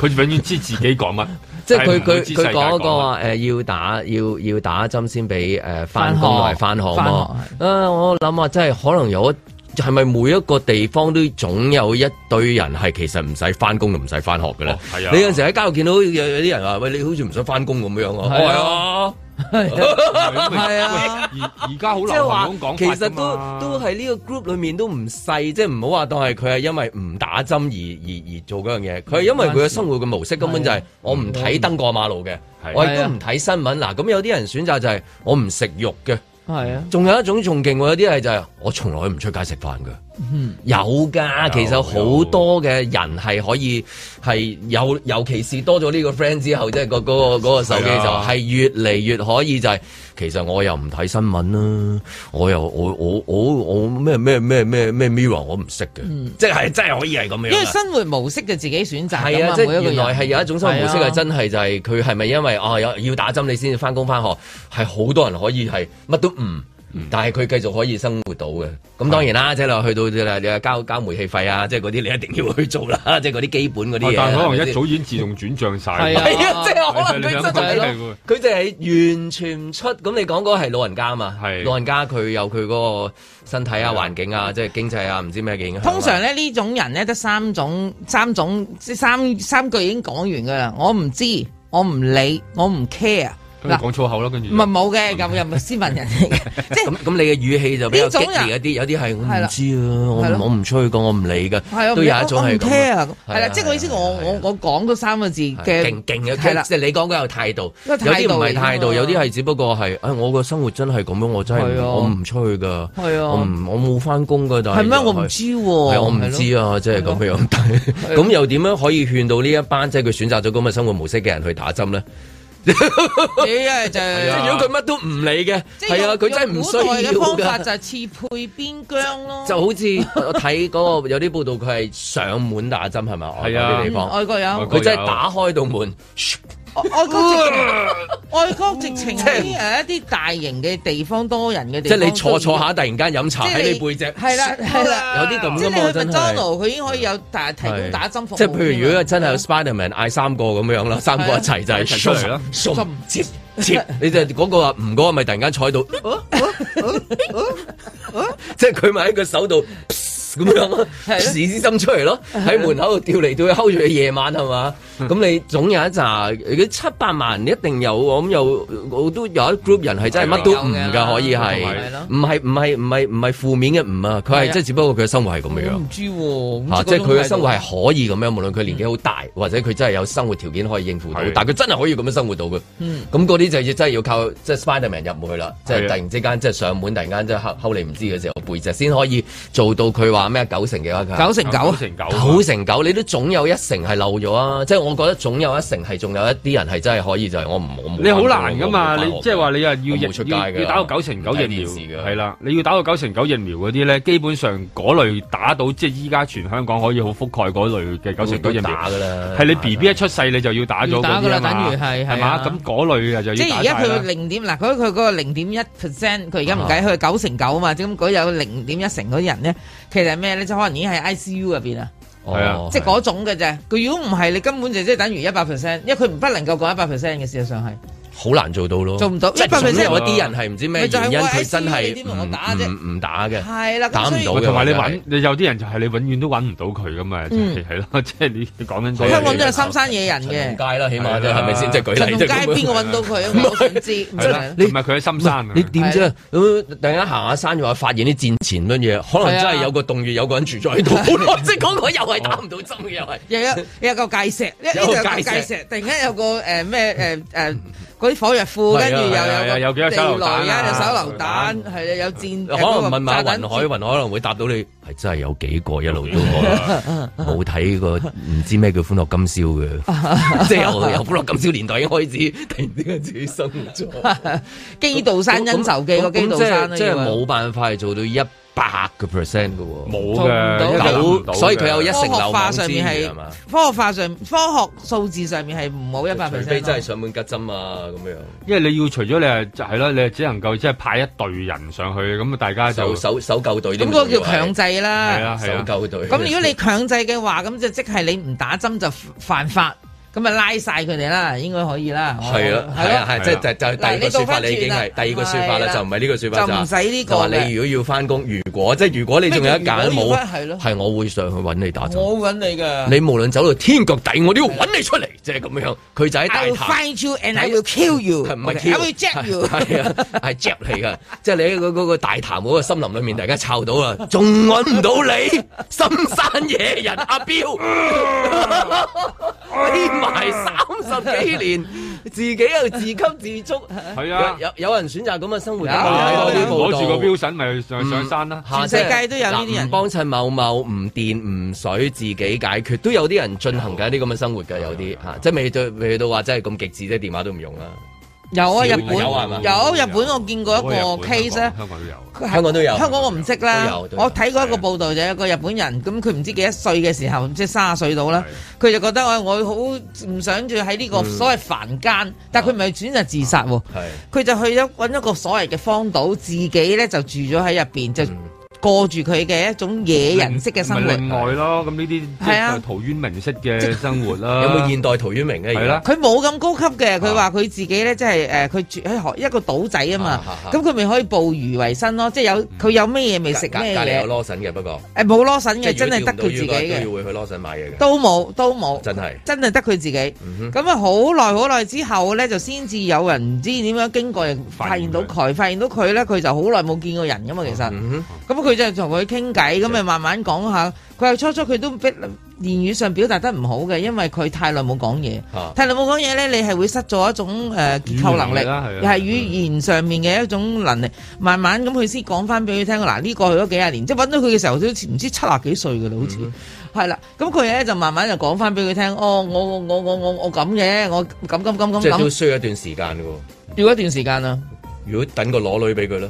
C: 佢永遠知自己講乜，
B: 即
C: 但
B: 係佢
C: 係唔會
B: 佢
C: 知世
B: 佢
C: 界啊
B: 講嗰個
C: 乜
B: 話誒要打要要打針先俾誒翻工同埋翻學
D: 返學
B: 嘛。啊，我諗啊，真係可能有一係咪每一個地方都總有一堆人係其實唔使翻工就唔使翻學嘅咧
C: 哦？係啊
B: 你有陣時喺街度見到有有啲人話喂，你好似唔想翻工咁樣啊？
D: 係
B: 哦
C: 係啊，而而家好
B: 係
C: 流
B: 話
C: 行咁講
B: 其實
C: 實
B: 都都係呢個 group 裏面都唔細，即係唔好話當係佢係因為唔打針而而而做嗰樣嘢，佢係因為佢嘅生活嘅模
C: 嗯
B: 式根本就係我唔睇燈過馬路嘅
C: 啊係，啊
B: 我亦都唔睇新聞。嗱，咁有啲人選擇就係我唔食肉嘅，
D: 係啊，
B: 仲有一種仲勁喎，有啲係就係我從來唔出街食飯嘅，
C: 嗯
B: 有噶，其實好多嘅人係可以係有，尤其是多咗呢個 friend 之後，即係個嗰個嗰個手機就
C: 係啊
B: 係越嚟越可以就係、其實我又唔睇新聞啦，我又我我我我咩咩咩咩咩 mirror 我唔識嘅，
C: 嗯
B: 即係真係可以係咁樣啊
D: 因為
B: 㗎。
D: 生活模式嘅自己選擇
B: 係
D: 㗎
B: 啊，
D: 嘛
B: 即係
D: 每一個
B: 原來
D: 人
B: 係有一種生活模式
D: 係啊
B: 係真係就係佢係咪因為哦有要打針你先至翻工翻學，係好多人可以係乜都唔。
C: 嗯
B: 但係佢繼續可以生活到嘅，咁當然啦，即係你話去到你話你話交交煤氣費啊，即係嗰啲你一定要去做啦， 即係嗰啲基本嗰啲嘢。啊
C: 啊但係可
B: 係
C: 能
B: 咪
C: 一早已經自動轉帳晒。
D: 係啊
B: 先 係啊，即係可能佢真
D: 係
B: 係
D: 咯
B: 佢哋係完全唔出，咁你講嗰個係老人家嘛？
C: 係
B: 老人家佢有佢嗰個身體啊、
C: 係啊
B: 環境啊、即係經濟啊，唔知咩嘅影響啊。
D: 通常咧呢種人咧得三種三種即三三句已經講完噶啦，我唔知，我唔理，我唔 care
C: 跟
D: 嗱，
C: 住講粗口啦，跟住
D: 唔係冇嘅，咁又唔係斯文人嚟嘅，即 係
B: 咁咁你嘅語氣就比較激烈一啲，有啲係我
D: 係
B: 唔
D: 啦
B: 知啊，
D: 係
B: 我
D: 咯
B: 唔我唔出去講，我唔理噶
D: 係啊，，
B: 都有一種係
D: 唔
B: 咁
D: care
B: 啊。
D: 啊係啦，即係我意思，我我我講嗰三個字嘅
B: 勁勁嘅，
D: 係啦
B: 即係你講嗰有態度，
D: 個
B: 有
D: 態度
B: 啲唔係態度，
D: 嚟㗎嘛
B: 有啲係只不過係，誒我個生活真係咁樣，我真係
D: 係啊
B: 唔我唔出去噶，
D: 係啊
B: 我唔我冇翻工噶，但係
D: 係咩？
B: 就
D: 我唔
B: 係啊
D: 知喎，
B: 係我唔知啊，即係咁樣。但係 咁又點樣可以勸到呢一班即係佢選擇咗咁嘅生活模式嘅人去打針咧？
D: 咯，你啊就係
B: 即係如果佢乜都唔理嘅，
D: 即係
B: 係啊，
D: 用
B: 佢真係唔需
D: 用古代
B: 要
D: 嘅方法
B: 㗎。
D: 就係刺配邊疆咯，
B: 就好似呃我睇嗰個有啲報道，佢係上門打針係咪？外國
C: 係啊
B: 啲地
D: 嗯
B: 方，
D: 外國有
C: 外。國
B: 佢真係打開道
D: 嗯
B: 門，
D: 外外國直 情，外國直情啲誒一啲大型嘅地方多人嘅地
B: 即係
D: 方都已經，
B: 你坐坐下，突然間飲茶
D: 即係
B: 喺你背脊，
D: 係 啦係啦，
B: 有啲咁
D: 即係你
B: 㗎嘛，
D: 去麥
B: 真
D: 當
B: 係。
D: 勞，佢已經可以有大提供打針服務
B: 即
D: 添
B: 係
D: 啊。
B: 譬如如果真係有 Spiderman 嗌三個咁樣啦，三個一齊就係
C: 一齊出嚟啦
B: 送送接接，你就嗰個話唔嗰個咪突然間坐喺度，即係佢咪喺個手度。咁樣咯，
D: 係咯
B: 時支針出嚟咯，喺門口度吊嚟吊去，睺住你夜晚係嘛？咁你總有一紮，如果七百萬一定有，我諗有我都有一 group 人係真係乜都唔
D: 係
B: 㗎，
D: 啊
B: 可以係
D: 係咯
B: 唔係唔係唔係唔係負面嘅唔啊？佢
D: 係
B: 係
D: 啊
B: 即係只不過佢嘅生活係咁樣
D: 我。唔知喎，咁
B: 啊！
D: 嗰
B: 即係
D: 種
B: 佢嘅
D: 態度
B: 生活係可以咁樣，無論佢年紀好大，或者佢真係有生活條件可以應付到
C: 係，
B: 但係佢真係可以咁樣生活到嘅。咁嗰啲就要真係要靠即係 Spiderman 入去啦，即係
C: 係啊
B: 突然之間即係上門，突然間即係後後嚟唔知嘅時候背脊先可以做到佢話咩九成嘅話佢
D: 九成
C: 九
D: 九，啊
C: 成九
B: 九成九，啊你都總有一成係漏咗啊！即係我覺得總有一成係仲有一啲人係真係可以就係我唔我冇
C: 你好
B: 返工
C: 難噶嘛？
B: 我冇返
C: 你
B: 學
C: 即係話你啊要
B: 我
C: 疫
B: 冇出街
C: 要
B: 㗎
C: 要打到九成九疫苗
B: 唔睇電視㗎
C: 係啦，你要打到九成九疫苗嗰啲咧，基本上嗰類打到即係依家全香港可以好覆蓋嗰類嘅九成九疫
B: 都
C: 苗，
B: 打㗎啦，
C: 係你 B B 一出世你就要打咗
D: 要打
C: 嗰
D: 㗎
C: 啲
D: 啦
C: 啊嘛
D: 等於係
C: 係
D: 係
C: 嘛？
D: 啊
C: 咁嗰類啊就
D: 即係
C: 要打
D: 而家
C: 晒
D: 佢
C: 啦。
D: 零點嗱，佢佢嗰個零點一 percent，佢而家唔計，佢九成九啊嘛，咁嗰有零點一成嗰啲人咧，其實係咩咧？即係可能已經喺 ICU 入邊啊。
B: 哦
C: 係啊
D: 即係嗰種嘅啫。佢如果唔係，你根本就即係等於一百 percent，因為佢唔不能夠講一百 percent 嘅，事實上係
B: 好難做到咯，
D: 做唔到
B: 即係
D: 100%
B: 總有一啲人係唔知咩
D: 咪
B: 原因，佢真
D: 就係我 ICU 你
B: 係
D: 點同我打啫
B: 唔唔唔打嘅。
D: 係啦。
B: 打
D: 咁
B: 唔
D: 所以
B: 到
C: 喂同埋你
B: 真
C: 揾
B: 係，
C: 你有啲人就係你永遠都揾唔到佢噶嘛，就係係咯，即係你講緊嗰
B: 你
D: 香港
C: 樣
D: 都
C: 嘢
D: 有三山野人
B: 陳
D: 嘅，
B: 同街啦，起碼
C: 係
B: 啫，
C: 啦
B: 係咪先？即係舉
D: 陳
B: 例
D: 同
B: 啫。
D: 街
B: 咁樣
D: 邊個揾到佢啊？我想知，唔
C: 係啦
D: 係
C: 你唔係佢喺深山啊
B: 你點
D: 係
B: 啫？咁突然間行下山，又話發現啲戰前乜嘢，可能真
D: 係
B: 係
D: 啊
B: 有個洞穴，有個人住咗 喺度。即係嗰個又係打唔到針嘅，又係。
D: 又 有又有個界石，一呢
B: 有
D: 度
B: 個
D: 有個
B: 界
D: 界
B: 石
D: 石，突然間有個誒咩誒誒嗰啲火藥庫，
B: 係啊
D: 跟住
B: 係
C: 啊
D: 又
C: 有
D: 有
C: 幾
D: 個
C: 多手榴彈啊
D: 地雷啊，有手榴彈，係 啊，有戰
B: 可能問埋雲海，
D: 嗰個
B: 雲海可能會答到你，係真係有幾個一路 都冇睇過，唔知咩叫歡樂今宵 嘅，即係由由歡樂今宵年代已經開始，突然之間自己生活咗。
D: 基道山恩仇記個基道山啦，
B: 咁即係即係
D: 要啊
B: 冇辦法係做到一百個 percent 嘅喎。
C: 冇
D: 做唔到
C: 嘅，一定唔到
B: 九，
C: 嘅
B: 所以佢有一成
D: 科學
B: 流
D: 化
B: 亡
D: 上
B: 之
D: 面
B: 餘
D: 係
B: 係嘛？
D: 科學化上科學數字上面係唔好一百
B: 除
D: percent，
B: 非真係上門吉針啊咁樣，
C: 因為你要除咗你係係咯，你係只能夠即係派一隊人上去，咁大家就
B: 手手搜救隊
D: 咁
B: 添
D: 嗰
B: 喎。
D: 個叫強制啦。
C: 係啊係
B: 手
C: 啊，
B: 救隊。
D: 咁如果你強制嘅話，咁就即係你唔打針就犯法，咁咪拉晒佢哋啦，應該可以啦。
B: 係啊，係
D: 哦
B: 啊，
D: 係
B: 係即係就就第二個説法，你已經係第二個説法啦，就唔係呢個説法
D: 就唔使呢個
B: 就話你如果要翻工，如果即係如果你仲有一
D: 咩叫
B: 揀
D: 如果要
B: 冇
D: 返係，咯
B: 係我會上去揾你打針。
D: 我啊揾你㗎。
B: 你無論走到天腳底，我都要揾你出嚟，即係咁樣。佢就喺
D: I
B: 大
D: will
B: 堂。
D: find you and I will kill you。
B: 係唔係
D: I will jack you。
B: 係啊，係 jap 嚟噶，即係你喺嗰嗰個大潭嗰個森林裏面，大家摷到 啊，仲揾唔到你，深山野 人阿彪，匿埋三十幾年，自己又自給自足，
C: 係啊
B: 有有有人選擇咁嘅生活，
D: 有
B: 啊有人睇到啲報
C: 攞
B: 道嗯
C: 住個標準咪上上山啦。
B: 嚇
D: 全世界都有呢啲人
B: 嗱唔幫襯某某，唔電唔水，自己解決，都有啲人進行緊啲咁嘅生活㗎，有啲
D: 嗯
B: 嚇，即係未到未去到話真係咁極致，即係電話都唔用啦。
D: 有啊，日本
B: 有啊係嘛
D: 有日本，我見過一個
C: 不過日本
D: case 咧
C: 香港。香港都有。
D: 佢係
B: 香港都有
D: 香港我唔識啦
B: 都有。都有
D: 我睇過一個報道，就有一個日本人，咁佢唔知幾多歲嘅時候，即係卅歲到啦，佢就覺得哎我我好唔想住喺呢個所謂凡間，但佢唔係選擇自殺喎，
B: 係
D: 佢就去咗揾一個所謂嘅荒島，自己咧就住咗喺入邊，就過住佢嘅一種野人式嘅生
C: 咪
D: 活。
C: 另外咯，咁呢啲即
D: 係啊
C: 係陶淵明式嘅生活 啦。
B: 有冇現代陶淵明咧？而
C: 呃係
B: 家
C: 啦
D: 佢冇咁高級嘅，
B: 啊
D: 佢話佢自己咧，即係誒，佢住喺河一個島仔啊嘛
B: 啊啊啊，嗯
D: 咁佢咪可以捕魚為生咯，即係有佢有咩嘢未食
B: 隔
D: 咩
B: 隔離
D: 嘢
B: 有，羅神嘅，不過
D: 誒冇攞筍
B: 即
D: 嘅，
B: 係
D: 真係
B: 如
D: 得
B: 果釣
D: 佢
B: 唔到
D: 自己
B: 魚嘅
D: 嘅
B: 都。要去羅神買嘢嘅，
D: 都冇，都冇，
B: 真係
D: 真係得佢自己。
B: 嗯
D: 咁啊，好耐好耐之後咧，就先至有人唔知點樣經過，發現到佢，發現到佢咧，佢就好耐冇見過人噶嘛，其實。
B: 嗯
D: 咁佢就同佢傾偈，咁咪慢慢講下。佢話初初佢都逼言語上表達得唔好嘅，因為佢太耐冇講嘢。
B: 嚇
D: 太耐冇講嘢咧，你係會失咗一種誒、呃、結構能力，
C: 語言啦係啊
D: 又係語言上面嘅一種能力。慢慢咁佢先講翻俾佢聽，嗱呢個去咗幾廿年，即係揾到佢嘅時候都好似唔知七啊幾歲嘅啦，好似。係啦，咁佢咧就慢慢就講翻俾佢聽，哦，我我我我我我咁嘅，我咁咁咁咁
B: 即係都
D: 咁，
B: 需要一段時間嘅喎。
D: 要一段時間啊。
B: 如果等個裸女俾佢咯，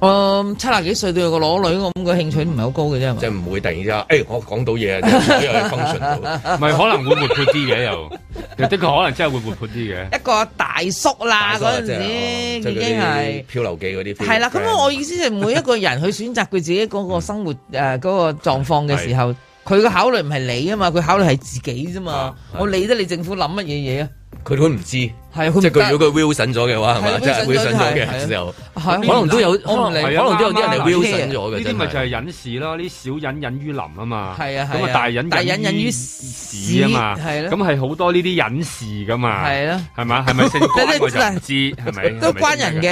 D: 嗯，七廿幾歲對個裸女，我咁個興趣唔係好高嘅啫嘛
B: 即。係唔會突然之 間，誒我講到嘢啊，即係所有嘢 function 到。
C: 咪可能會活潑啲嘅 又，其實的確可能真係會活潑啲嘅。
D: 一個大叔啦，啊嗰陣
B: 即係
D: 時
B: 哦
D: 已
B: 即係嗰
D: 經係
B: 啲。漂流記嗰啲 friend。
D: 係啦，咁我意思就係每一個人去選擇佢自己嗰個 生活誒呃嗰個狀況嘅時候，
B: 嗯
D: 佢嘅考慮唔係你啊嘛，佢考慮係自己啫嘛
C: 啊。
D: 我理得你政府諗乜嘢嘢啊？
B: 佢都唔知，即
D: 係啊佢唔
B: 係佢如
D: 得，
B: 果佢 Wilson 咗嘅話，係
D: 係
B: 嘛？即係
D: Wilson
B: Wilson 咗
D: 咗
B: 嘅
D: 係
B: 時候，
D: 係
B: 啊
D: 啊
B: 可能都有，可
D: 我唔
B: 能
D: 理
B: 可能都有啲人係
D: 啱啱
B: Wilson 咗嘅。
C: 呢啲咪就
B: 真
C: 係隱士咯，呢啲小隱隱於林啊嘛。
D: 係啊係啊
C: 咁啊大隱
D: 大隱隱於
C: 市啊嘛。
D: 係咯
C: 咁係好多呢啲隱士噶嘛。
D: 係咯，
C: 係嘛？係咪 姓關我就唔知，係咪？
D: 都關人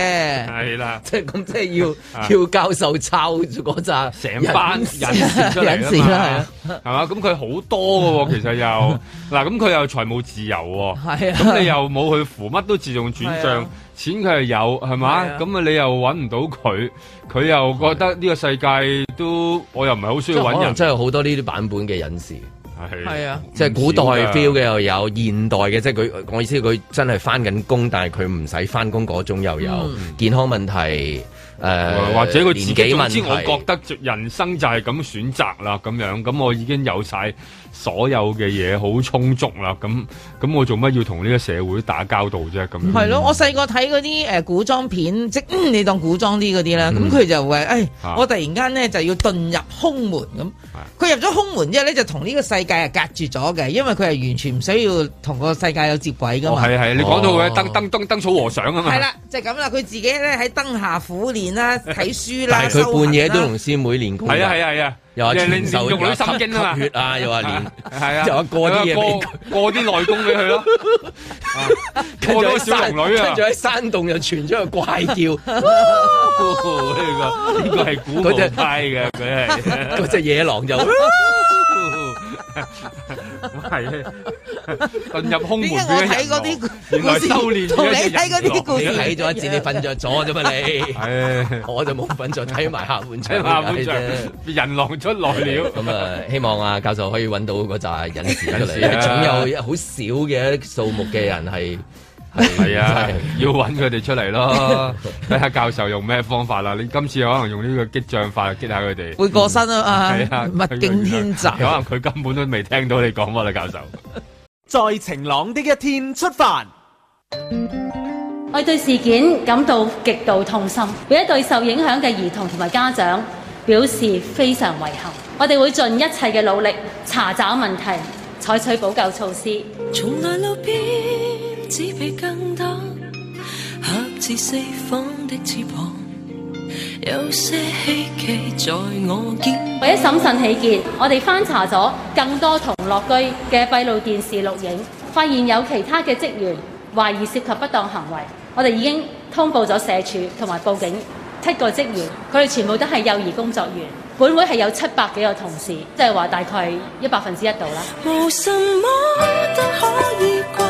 D: 嘅。
C: 係啦，
B: 即係咁，即係要要教授抄住嗰扎
C: 啊成班隱士 出
D: 隱士
C: 嚟啊
D: 啦
C: 嘛。係嘛？咁佢好多嘅喎，其實又嗱，咁佢又財務自由喎。
D: 係啊，
C: 咁你又冇去扶，乜都自動轉
D: 係
C: 帳
D: 啊，
C: 錢佢係有，係嘛？
D: 係啊
C: 咁啊，你又揾唔到佢，佢又覺得呢個世界都，我又唔係好需
B: 即
C: 要
B: 係可
C: 揾
B: 能
C: 人，
B: 真係好多呢啲版本嘅隱士，
C: 係
D: 係啊
B: 即係古代 feel
C: 嘅。
B: 嘅又有，現代嘅即係佢，我意思佢真係翻緊工，但係佢唔使翻工嗰種又有健康問題，誒
C: 嗯或者佢自
B: 年
C: 己
B: 紀
C: 總
B: 問
C: 之，我覺
B: 題。
C: 得人生就係咁選擇啦，咁樣咁我已經有晒所有嘅嘢，好充足啦，咁咁我做乜要同呢個社會打交道啫？咁樣
D: 係咯，我細個睇嗰啲誒古裝片，即嗯你當古裝啲嗰啲啦，咁佢就話：，誒，
C: 嗯啊
D: 我突然間咧就要遁入空門咁。佢入咗空門之後咧，就同呢個世界係隔絕咗嘅，因為佢係完全唔需要同個世界有接軌噶
C: 哦
D: 嘛。
C: 係係，你講到佢燈
B: 哦
C: 燈燈燈草和尚啊嘛，
D: 係啦，就係咁啦，佢自己咧喺燈下苦練 啦，睇書啦，
B: 但係佢半夜都
D: 修行
B: 同
D: 啦
B: 師妹練功㗎。
C: 係啊係啊係啊，
B: 又話
C: 你你
B: 傳授
C: 連玉女心經啊嘛
B: 吸。血啊，又 話連
C: 係啊，
B: 又話過啲嘢俾佢
C: 過過啲內功俾 佢咯，
B: 跟
C: 過
B: 住
C: 咗
B: 喺
C: 小
B: 山
C: 龍女啊
B: 跟住，喺山洞又傳咗個怪 叫，
C: 呢個呢個係古墓派嘅，佢係
B: 嗰只野狼就
C: 係遁入空門。
D: 點解我睇嗰啲故
C: 原來
D: 故事，
C: 修煉
D: 同你睇嗰啲故
B: 你
D: 事
B: 睇咗一節，你瞓着咗啫嘛你。
C: 係
B: 我就冇瞓着，睇埋下半場，
C: 睇下本
B: 係
C: 場
B: 啫
C: 人狼出來了，
B: 咁啊，希望啊教授可以揾到嗰扎隱士出嚟，
C: 隱士
B: 因為
C: 啊
B: 總有好少嘅數目嘅人係
C: 係啊
B: 真係，
C: 要揾佢哋出嚟咯。睇下教授用咩方法啦。你今次可能用呢個激將法激下佢哋。
D: 會過身啊
C: 係啊，
D: 嘛，物競天擇。
C: 可能佢根本都未聽到你講乜啦，教授。
E: 在晴朗的一天出發。
G: 我對事件感到極度痛心，俾一對受影響嘅兒童同埋家長表示非常遺憾。我哋會盡一切嘅努力查找問題，採取補救措施。
H: 從來路邊只被更多，黑至四方的翅膀，有些希冀在我肩。
G: 為咗審慎起見，我哋翻查咗更多同樂居嘅閉路電視錄影，發現有其他嘅職員懷疑涉及不當行為。我哋已經通報咗社署同埋報警七個職員，佢哋全部都係幼兒工作員。本會係有七百幾個同事，即係話大概一百分之一度啦。
H: 無什麼都可以過，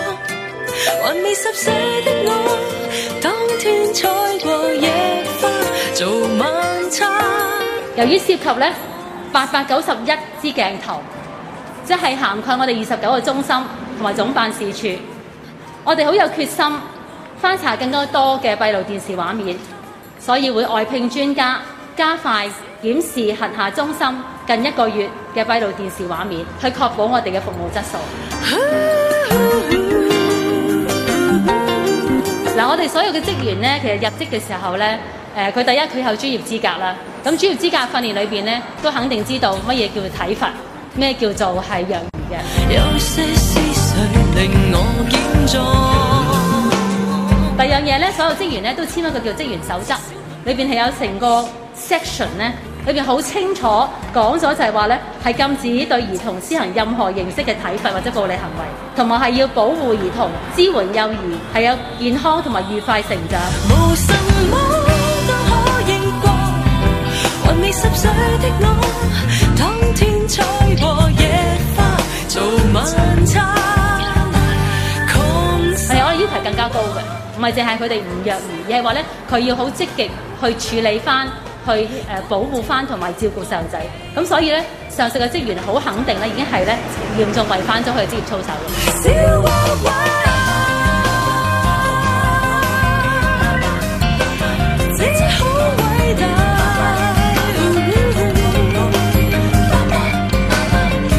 H: 還未十四的我，當天採過野花做晚餐。
G: 由於涉及咧八百九十一支鏡頭，即係涵蓋我哋二十九個中心同埋總辦事處，我哋好有決心翻查更加多嘅閉路電視畫面，所以會外聘專家加快檢視轄下中心近一個月嘅閉路電視畫面，去確保我哋嘅服務質素。嗱，我哋所有嘅職員咧，其實入職嘅時候咧，誒、佢第一佢有專業資格啦。咁專業資格訓練裏邊咧，都肯定知道乜嘢叫做體罰，咩叫做係養魚嘅。
H: 有些思緒令我健壯，
G: 第二樣嘢咧，所有職員咧都簽一個叫職員守則，裏邊係有成個 section 咧，裏邊好清楚講咗就係話咧，係禁止對兒童施行任何形式嘅體罰或者暴力行為，同埋係要保護兒童、支援幼兒，係有健康同埋愉快成長。
H: 無什麼都可以過。還未十歲的我，當天採過野花做晚餐。狂
G: 係啊我哋要求更加高嘅，唔係淨係佢哋唔虐兒，而係話咧佢要好積極去處理翻、去誒、呃保護翻同埋照顧細路仔。咁所以咧，上述嘅職員好肯定咧，已經係咧嚴重違反咗佢嘅職業操守嘅。
H: 小娃娃，這好偉大。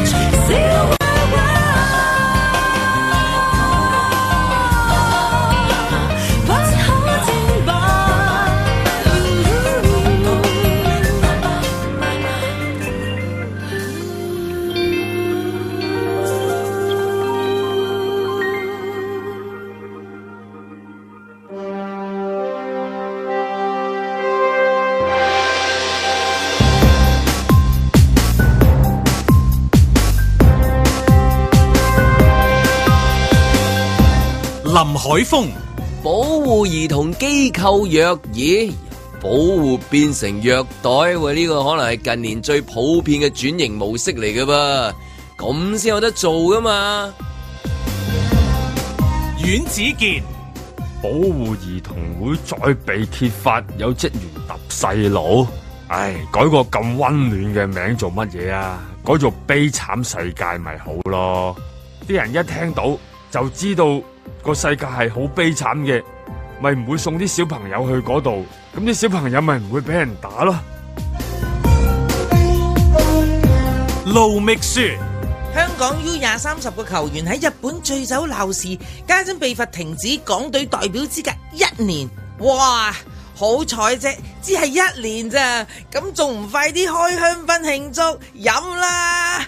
H: 小娃娃，不可戰敗。
A: 林海峰、
B: 保護兒童機構虐兒，保護變成虐待，喂，呢、個可能係近年最普遍嘅轉型模式嚟嘅噃，咁先有得做噶嘛？
A: 阮子健、
C: 保護兒童會再被揭發有職員揼細佬，唉，改個咁温暖嘅名做乜嘢啊？改做悲慘世界咪好咯？啲人一聽到就知道個世界係好悲慘嘅，咪唔會送啲小朋友去嗰度，咁啲小朋友咪唔會俾人打咯。
A: 路觅雪。
D: 香港 U 廿三十個球員喺日本醉酒鬧事，家陣被罰停止港隊代表資格一年。哇！好彩啫，只係一年咋，咁仲唔快啲開香檳慶祝飲啦！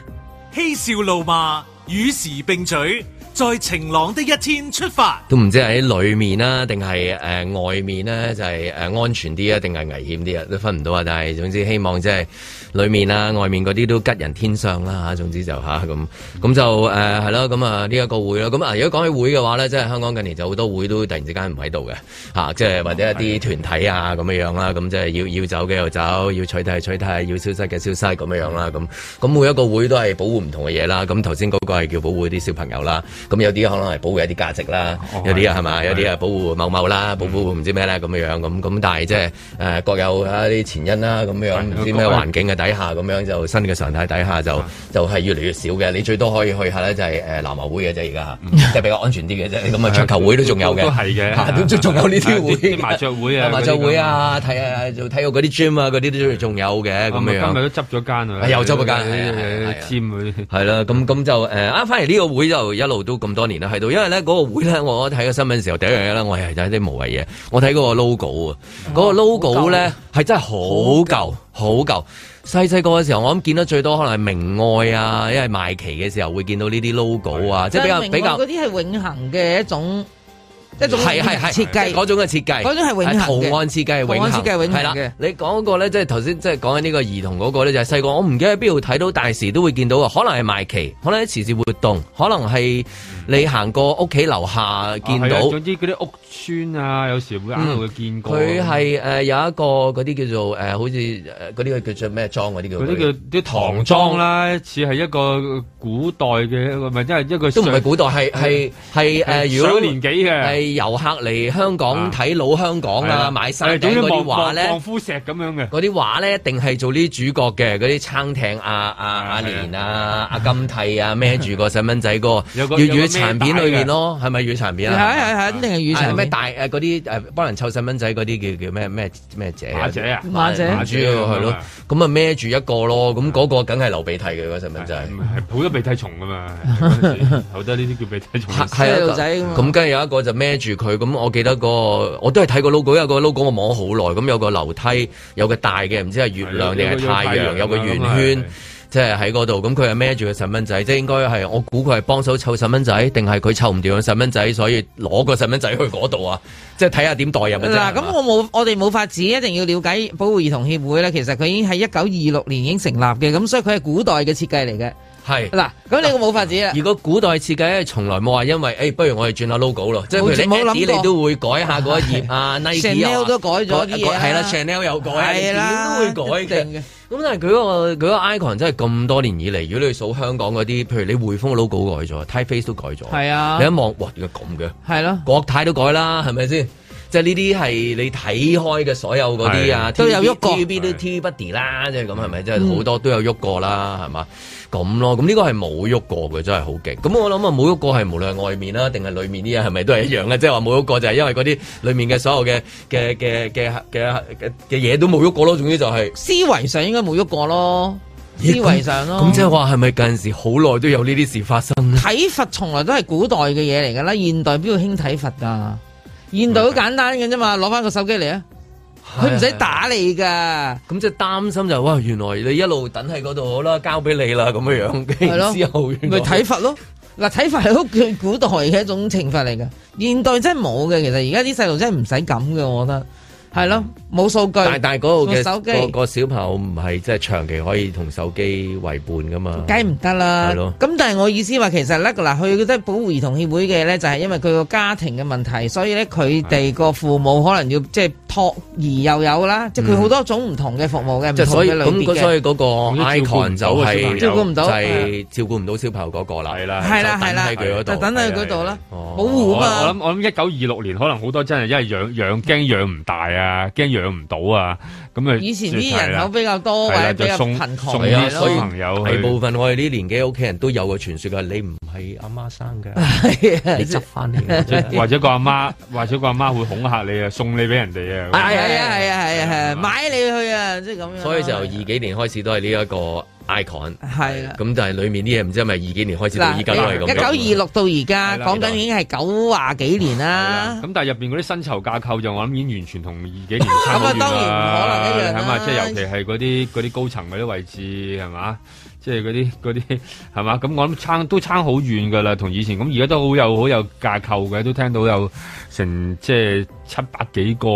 A: 嬉笑怒罵，與時並舉，在晴朗的一天出發。
B: 都唔知係喺裏面啦，定係誒外面咧，就係、誒、安全啲啊，定係危險啲啊，都分唔到啊。但係總之希望即係裏面啦、外面嗰啲都吉人天相啦嚇。總之就嚇咁咁就誒係咯，咁啊呢一個會咯。咁啊如果講起會嘅話咧，即係香港近年就好多會都突然之間唔喺度嘅嚇，即哦係或者一啲團體啊咁樣樣啦，咁即係要要走嘅又走，要取締取締，要消失嘅消失咁樣樣啦。咁咁每一個會都係保護唔同嘅嘢啦。咁頭先嗰個係叫保護啲小朋友啦，咁有啲可能係保護一啲價值啦。有啲啊係嘛，有啲啊保護某某啦，保護唔知咩啦咁樣樣咁咁，但係即係誒各有啊一啲前因啦咁樣，唔知咩環境嘅底下咁樣就新嘅常態底下就就係越嚟越少嘅。你最多可以去下咧就係誒籃球會嘅啫，而家即係比較安全啲嘅啫。咁啊桌球會都仲有嘅，
C: 都 係嘅
B: 嚇都仲有呢啲會
C: 啊啲啲麻雀會啊
B: 麻雀會啊，睇啊做體育嗰啲 gym 啊嗰啲都仲有
C: 啊
B: 嘅咁樣樣。
C: 都執咗間
B: 啊又執咗間係啊係啊係啊
C: 簽嗰啲。
B: 係啦，咁咁就誒啊，翻嚟呢個會就一路都咁多年啦，喺度，因為咧嗰個會咧，我睇個新聞時候第一樣嘢咧，我係睇啲無謂嘢，我睇嗰個 logo 啊，嗰
C: 哦
B: 個 logo 咧係真係好舊，好舊。細細個嘅時候，我諗見得最多可能係明愛啊，因為賣旗嘅時候會見到呢啲 logo 啊，即係比較比較
D: 嗰啲係永恆嘅一種即係仲
B: 係係係
D: 設計
B: 嗰種嘅設計，
D: 嗰種係永恆嘅
B: 圖案設計係
D: 圖
B: 永恆，
D: 案設計係永恆
B: 係啦
D: 嘅。
B: 你講嗰個咧，即係頭先即係講緊呢個兒童嗰個咧，就係細個我唔記得喺邊度睇到，大時都會見到嘅，可能係賣旗，可能喺慈善活動，可能係你行過屋企樓下見
C: 係啊
B: 到。嗯
C: 總之嗰啲屋村啊，有時會硬會見過。
B: 佢係誒有一個嗰啲叫做誒、呃好似誒嗰啲叫做咩裝嗰啲叫
C: 嗰啲叫啲唐裝啦，似係一個古代嘅一個，咪即係一個
B: 都唔係
C: 上
B: 古代，係係係誒，如
C: 上
B: 果
C: 年紀嘅
B: 係遊客嚟香港
C: 啊
B: 睇老香港
C: 係啦
B: 啊，買衫
C: 係總
B: 頂
C: 之
B: 嗰
C: 望
B: 啲畫
C: 望
B: 咧
C: 望。夫石咁樣嘅。
B: 嗰啲畫咧，一定係做呢啲主角嘅，嗰啲撐艇啊、啊
C: 係
B: 阿
C: 啊
B: 蓮啊、阿金剃啊，孭住個細蚊仔嗰個
C: 有個
B: 粵
C: 有個
B: 語殘片裏面咯，係咪粵語殘片
D: 係
B: 啊？
D: 係係肯定係雨
B: 係
D: 神
B: 咩大誒嗰啲誒幫人湊細蚊仔嗰啲叫叫咩咩咩姐啊
C: 馬姐啊
D: 馬姐
B: 馬姐係咯，咁啊孭住一個咯，咁嗰個梗係流鼻涕嘅嗰細蚊仔。
C: 係好多鼻涕蟲噶 嘛，嗰陣時好多呢啲叫鼻涕蟲。
B: 係啊
D: 細路仔咁啊
B: 咁跟住有一個就孭住佢，咁我記得個我都係睇過 logo，有個 logo 我望咗好耐，咁有個樓梯，有個大嘅，唔知係月亮定係太陽，有個圓圈。即係喺嗰度，咁佢係孭住個細蚊仔，即係應該係我估佢係幫手湊細蚊仔，定係佢湊唔掉個細蚊仔，所以攞個細蚊仔去嗰度啊，即係睇下點代入嘅啫。
D: 嗱，
B: 係
D: 咁
B: 嘛
D: 我冇，我哋冇法子，一定要了解保護兒童協會咧。其實佢已經喺一九二六年已經成立嘅，咁所以佢係古代嘅設計嚟嘅。
B: 係
D: 嗱，咁你冇法子啦。
B: 如果古代設計咧，從來冇話因為，誒、不如我哋轉下 logo 咯，即係譬如
D: 冇冇諗過
B: 你 Adidas 你都會改下嗰一 頁啊，Nike 啊
D: Chanel 都改咗啲嘢啦
B: 改係啦，Chanel 又改啊，
D: 係啦
B: 你點都會改
D: 一
B: 嘅
D: 定嘅。
B: 咁但係佢個佢個 icon 真係咁多年以嚟，如果你數香港嗰啲，譬如你匯豐嘅 logo 改咗，Typeface 都改咗，
D: 係啊
B: 你一望，哇，點解咁嘅？
D: 係咯，
B: 國泰都改啦，係咪先？即係呢啲係你睇開嘅所有嗰啲啊，
D: 係都有喐過嗯
B: TVB 都 TVB 啦，即係咁係咪？即係好多都有喐過啦，係嘛？咁咯，咁呢個係冇喐過嘅，真係好勁。咁我諗啊，冇喐過係無論係外面啊啦，定係裡面啲嘢係咪都係一樣嘅？啊即係話冇喐過就係因為嗰啲裡面嘅所有嘅嘅嘅嘅嘅嘅嘅嘢都冇喐過咯。總之就係、
D: 思維上應該冇喐過咯，思
B: 咦
D: 維上咯。
B: 咁即係話係咪近陣時好耐都有呢啲事發生咧？
D: 體罰從來都係古代嘅嘢嚟㗎啦，現代邊度興體罰㗎？現代好
B: 嗯
D: 簡單嘅啫嘛，攞翻個手機嚟啊！佢唔使打你㗎，
B: 咁即係啊擔心就係哇，原來你一路等喺嗰度好啦，交俾你啦咁樣樣，跟
D: 係咯
B: 住之後原來
D: 咪體罰咯。嗱，體罰係好古代嘅一種懲罰嚟㗎，現代真係冇嘅。其實而家啲細路真係唔使咁嘅，我覺得係咯，冇數據
B: 但，但係嗰度
D: 用手機
B: 嘅個個小朋友唔係即係長期可以同手機為伴噶嘛，
D: 梗係唔得啦
B: 係咯。
D: 咁但係我意思話，其實咧嗱，佢覺得保護兒童協會嘅咧，就係因為佢個家庭嘅問題，所以咧佢哋個父母可能要即係托兒又有啦，即係佢好多種唔同嘅服務嘅，唔
B: 嗯即係
D: 同
B: 所以
D: 嘅類
B: 咁
D: 別
B: 嗰所
D: 嘅。
B: 以嗰個
C: 咁就
B: icon 就
C: 照顧唔
D: 朋友照顧唔到
C: 到嘅小
B: 係就係照顧唔到小朋友嗰個啦，
C: 係啦
D: 係啦
B: 就
D: 係啦就
B: 等喺佢嗰，度。
D: 等喺佢度啦，
B: 係係哦係
D: 保護
C: 我
D: 啊
C: 哦
D: 嘛。
C: 我諗我諗一九二六年可能好多真係因為養養驚養唔大啊，驚養唔到啊，咁啊
D: 以前啲人口比較多或
C: 係啦
D: 者比較
C: 就送
D: 貧窮
C: 送
B: 係
D: 嘅
B: 啊，
D: 咯
C: 啲
B: 所以
C: 小朋友去
B: 大部分我哋呢年紀屋企人都有個傳說㗎，你唔係阿媽生㗎，你執翻嚟㗎
C: 即係或者個阿媽，或者個阿媽會恐嚇你啊，送你俾人 哋 啊。
D: 係啊係啊係啊係啊係啊，買你去啊，即係咁樣。
B: 所以就二幾年開始都係呢一個 icon，
D: 係啦。
B: 咁但係裡面啲嘢唔知係咪二幾年開始到
D: 嗱，
B: 依家都係咁樣。
D: 一九二六到而家
C: 係啦
D: 講緊已經係九啊幾年啦。
C: 咁但係入邊嗰啲薪酬架構就我諗已經完全同二幾年
D: 咁啊
C: 差好遠
D: 當然唔可能一樣
C: 啦。
D: 啦
C: 係嘛，即係尤其係嗰啲嗰啲高層嗰啲位置係嘛，即係嗰啲嗰啲係嘛，咁我諗差都差好遠㗎啦，同以前咁而家都好有好有架構嘅，都聽到有成即係七百幾個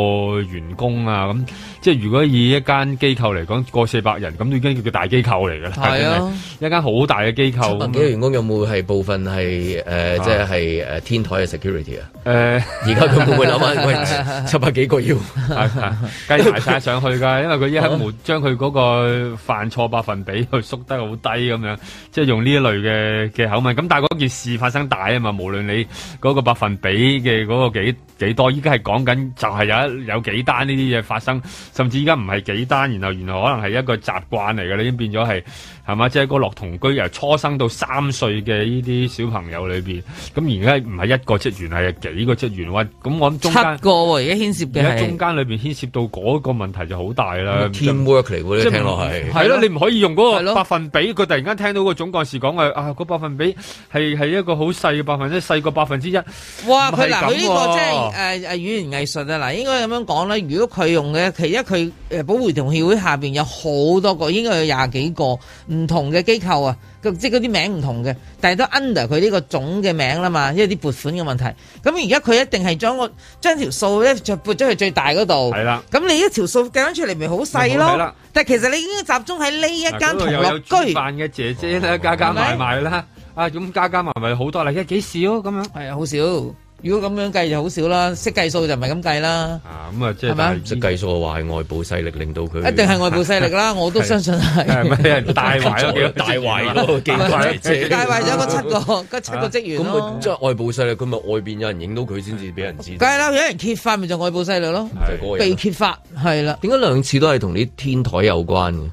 C: 員工啊，咁即係如果以一間機構嚟講，過四百人咁都已經叫做大機構嚟㗎啦，
D: 係啊
C: 真係一間好大嘅機構
B: 百
C: 哦咁
B: 幾個員工有冇係部分係誒、呃即係係誒天台嘅 security 啊？
C: 誒。
B: 而家佢會唔會諗下喂七百幾個要？
C: 係啊梗係排晒上去㗎，因為佢一喺冇將佢嗰個犯錯百分比去縮得好低咁樣，即係用呢一類嘅嘅口吻。咁但係嗰件事發生大啊嘛，無論你嗰個百分比嘅嗰個幾幾多，依家係講緊就係有一有幾單呢啲嘢發生，甚至依家唔係幾單，然後原來可能係一個習慣嚟㗎啦，已經變咗係係嘛，即係個落童居由初生到三歲嘅呢啲小朋友裏邊，咁而家唔係一個職員，係有幾個職員哇！咁我諗
D: 七
C: 中間。
D: 個喎，而家牽涉
C: 而
D: 嘅
C: 家中
D: 係
C: 間裏邊牽涉到嗰個問題就好大啦。
B: teamwork 嚟喎，
C: 即係
B: 你聽落係。
C: 係咯，你唔可以用嗰
D: 係咯
C: 個百分比，佢突然間聽到個總幹事講話啊，嗰百分比係係一個好細嘅百分之細過百分之一。
D: 哇！
C: 唔
D: 佢
C: 係
D: 嗱，佢呢
C: 咁
D: 個係誒誒語言藝術啊！嗱，應該咁樣講咧。如果佢用嘅，其一佢誒保護兒童協會下邊有好多個，應該有廿幾個唔同嘅機構啊，佢即係嗰啲名唔同嘅，但係都 under 佢呢個總嘅名啦嘛，因為啲撥款嘅問題。咁而家佢一定係將個將條數咧就撥咗去最大嗰度。
C: 係啦
D: 咁你一條數計翻出嚟咪好細
C: 咪好細
D: 咯
C: 啦？
D: 但係其實你應該集中喺呢一間
C: 嗱嗰
D: 同
C: 度又有
D: 樂
C: 煮
D: 居。
C: 飯嘅姐姐啦，加加埋埋啦，啊咁加加埋埋好多啦，一幾少咁樣
D: 係啊，好少。如果咁樣計就好少啦，識計數就唔係咁計啦。
C: 啊咁啊，即係
D: 係咪啊
C: 但係
I: 識計數嘅話係外部勢力令到佢
D: 一定係外部勢力啦，我都相信係
C: 係咪 有人帶壞 咗幾多
I: 大壞 嗰個機關姐姐
D: 帶壞咗嗰七個嗰七個職員
I: 咁
D: 咯
I: 咪。
B: 啊
I: 即係外部勢力，佢咪外邊有人影到佢先至俾人知道。
D: 啊梗係啦，有人揭發咪就外部勢力咯，
I: 就係嗰個人
D: 被揭發係啦。
B: 啊點解兩次都係同啲天台有關嘅？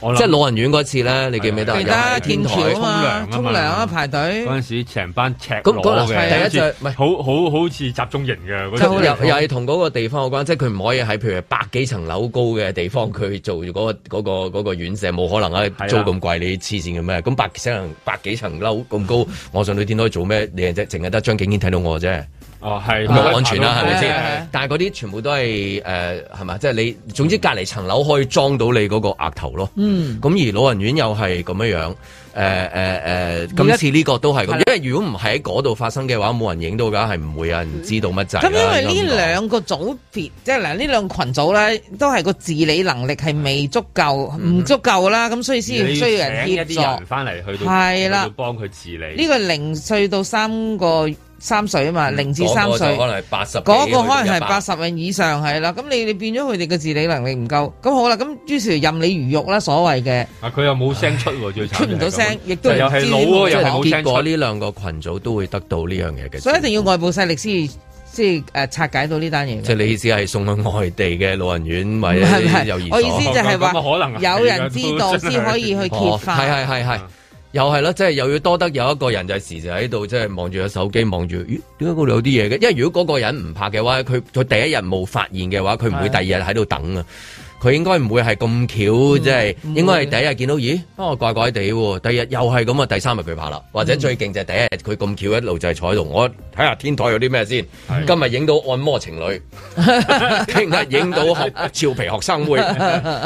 C: 我
B: 即係
C: 諗
B: 老人院嗰次咧，你記唔記得？
D: 記
B: 又係
D: 得
B: 天
D: 劍橋
B: 台
D: 啊嘛，
C: 沖涼啊
D: 沖
C: 嘛
D: 涼啊排隊
C: 嗰，陣時成班赤
B: 咁
C: 裸
B: 嗰嗱
C: 嘅，
B: 第一就係唔係
C: 好好好似集中營嘅嗰
B: 即係
C: 陣時
B: 又又係同嗰個地方有關，即係佢唔可以喺譬如百幾層樓高嘅地方，佢做嗰、個嗰、個嗰、個院舍冇可能
C: 係
B: 啊
C: 啦
B: 租咁貴，你黐線嘅咩？咁百幾層百幾層樓咁高，我上到天台做咩？你係啫，淨係得張敬軒睇到我啫，
C: 哦係
B: 咁安全啦，係咪
D: 啊係係係
B: 先？但係嗰啲全部都係誒係嘛？即係你總之隔離層樓可以裝到你嗰個額頭咯。
D: 嗯，
B: 咁而老人院又係咁樣樣，呃誒誒誒，今次呢個都係咁，因為如果唔係喺嗰度發生嘅話，冇人影到㗎，係唔會有人知道乜滯啦。
D: 咁因為
B: 應該
D: 呢
B: 咁講
D: 兩個組別，即係嗱呢兩個群組咧，都係個治理能力係未足夠，唔足夠啦，咁所以先
C: 你
D: 需要人
C: 請一
D: 協
C: 啲人
D: 助。
C: 翻嚟去到
D: 係啦
C: 去到幫佢治理
D: 呢個零歲到三個三歲啊嘛，零至三
B: 嗰個
D: 歲
B: 就。可能係八十，
D: 嗰個可能係八
B: 十。
D: 十人以上係啦，咁你你變咗佢哋嘅治理能力唔夠，咁好啦，咁於是任你魚肉啦，所謂嘅
C: 啊佢又冇聲出喎，最慘
D: 出唔到聲，亦都唔知
C: 又係老喎又係冇
B: 結
C: 聲
B: 果
C: 出，
B: 呢兩個群組都會得到呢樣嘢嘅，
D: 所以一定要外部勢力先即係誒拆解到呢單嘢
B: 即係
D: 嘅。
B: 你意思係送去外地嘅老人院或
D: 唔
B: 者
D: 係唔係
B: 幼兒所
D: 我意思就係話
C: 咁啊可能係
D: 有人知道先可以去揭
B: 哦，係
D: 發。
B: 係係係。又係啦，即係又要多得有一個人就係時時喺度，即係望住個手機，望住，咦？點解嗰度有啲嘢嘅？因為如果嗰個人唔拍嘅話，佢佢第一日冇發現嘅話，佢唔會第二日喺度等啊。佢應該唔會係咁
C: 嗯
B: 巧，即係
D: 唔會
B: 應該係第一日見到，咦？哦，怪怪地喎。第二日又係咁啊，第三日佢拍
C: 嗯
B: 啦，或者最勁就係第一日佢咁巧一路就係坐喺度，我睇下天台有啲咩先。今日影到按摩情 侶，聽日影到學俏皮學 生會，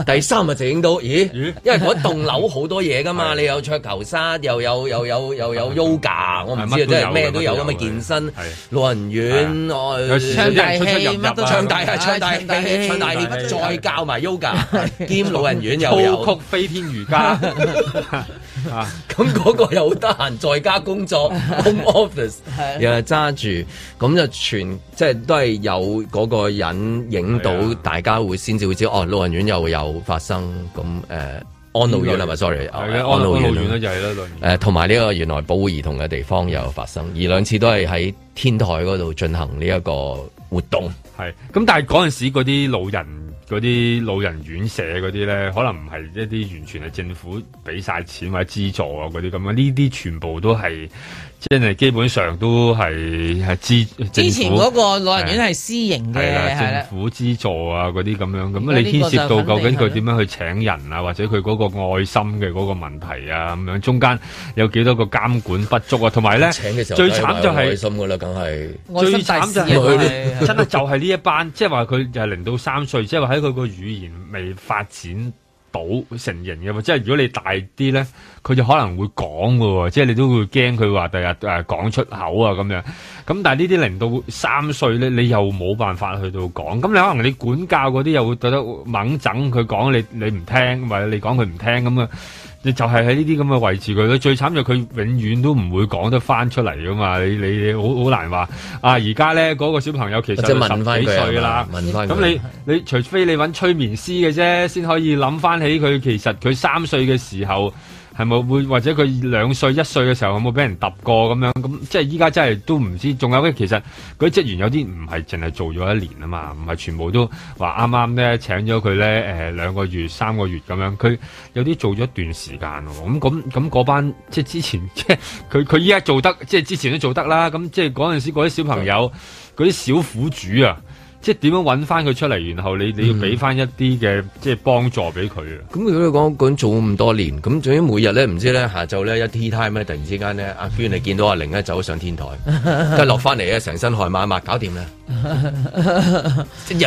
B: 第三日就影到，咦？
C: 咦
B: 因為嗰棟樓好多嘢噶嘛，你有桌球室，又有又有又有 yoga，我唔知
C: 乜
B: 啊，即
C: 都有
B: 係咩都有
C: 乜都有
B: 咁嘅健身
C: 係、
B: 老人院，哦我
C: 有時
D: 唱大戲乜都
B: 唱大
D: 啊
B: 係 唱大
D: 唱大戲
B: 戲，唱大戲
D: 唱大，戲
B: 再教 埋 yoga，兼老人院 又
C: 高
B: 有
C: 曲，飛天瑜伽。
B: 咁嗰個又好得閒，在家工作 home office，
D: 係
B: 又係揸住，咁就全即係都係有嗰個人影到
C: 係啊，
B: 大家會先至會知哦，老人院又有發生，咁誒安老院係咪？sorry，哦
C: 係嘅，安安老
B: 院
C: 院啦，就係啦，老人院
B: 誒同埋呢個原來保護兒童嘅地方又有發生，而兩次都係喺天台嗰度進行呢一個活動。
C: 係。咁但係嗰陣時嗰啲老人嗰啲老人院舍嗰啲咧，可能唔係一啲完全係政府俾晒錢或者資助啊嗰啲咁樣，呢啲全部都係即係基本上都係係資
D: 之前嗰
C: 政府
D: 個老人院係私營嘅，
C: 係啦，
D: 係啦
C: 政。府資助啊嗰啲咁樣，
D: 而家
C: 咁你
D: 呢個
C: 牽涉
D: 就
C: 到
D: 肯定係啦
C: 究竟佢點樣去請人啊，或者佢嗰個愛心嘅嗰個問題啊咁樣，中間有幾多個監管不足啊，同埋咧
B: 請嘅時候
C: 最慘就係
B: 開。心㗎啦，梗係
D: 我心大事啊
C: 最
D: 我
C: 慘就
D: 係
C: 真係就係呢一班，即係話佢就係零到三歲，即係話喺佢個語言未發展到成型嘅嘛。即係如果你大啲咧，佢就可能會講嘅喎，即係你都會驚佢話第日誒講出口啊咁樣。咁但係呢啲零到三歲咧，你又冇辦法去到講。咁你可能你管教嗰啲又會覺得掹整佢講你你唔聽，或者你講佢唔聽咁啊。你就係喺呢啲咁嘅位置佢最慘就佢永遠都唔會講得翻出嚟噶嘛。你你你好好難話啊！而家咧嗰個小朋友其
B: 即
C: 實
B: 係問翻
C: 十幾
B: 佢
C: 歲
B: 係
C: 啦
B: 嘛，。問翻佢
C: 咁你你除非你揾催眠師嘅啫，先可以諗翻起佢其實佢三歲嘅時候係咪會，或者佢兩歲一歲嘅時候有冇俾人揼過咁樣？咁即係依家真係都唔知。仲有咧，其實嗰啲職員有啲唔係淨係做咗一年啊嘛，唔係全部都話啱啱咧請咗佢咧誒兩個月三個月咁樣，佢有啲做咗一段時間喎。咁咁咁嗰班即係之前即係佢佢依家做得，即係之前都做得啦。咁即係嗰陣時嗰啲小朋友嗰啲小苦主啊。即係點樣揾翻佢出嚟，然後你你要俾翻一啲嘅即係幫助俾佢啊。
B: 咁如果你講講做咁多年，咁總之每日咧唔知咧下晝咧一 tea time 咧，突然之間咧阿娟你見到阿玲咧走咗上 天台，跟住落翻嚟咧成身汗抹一抹，搞掂啦！即係日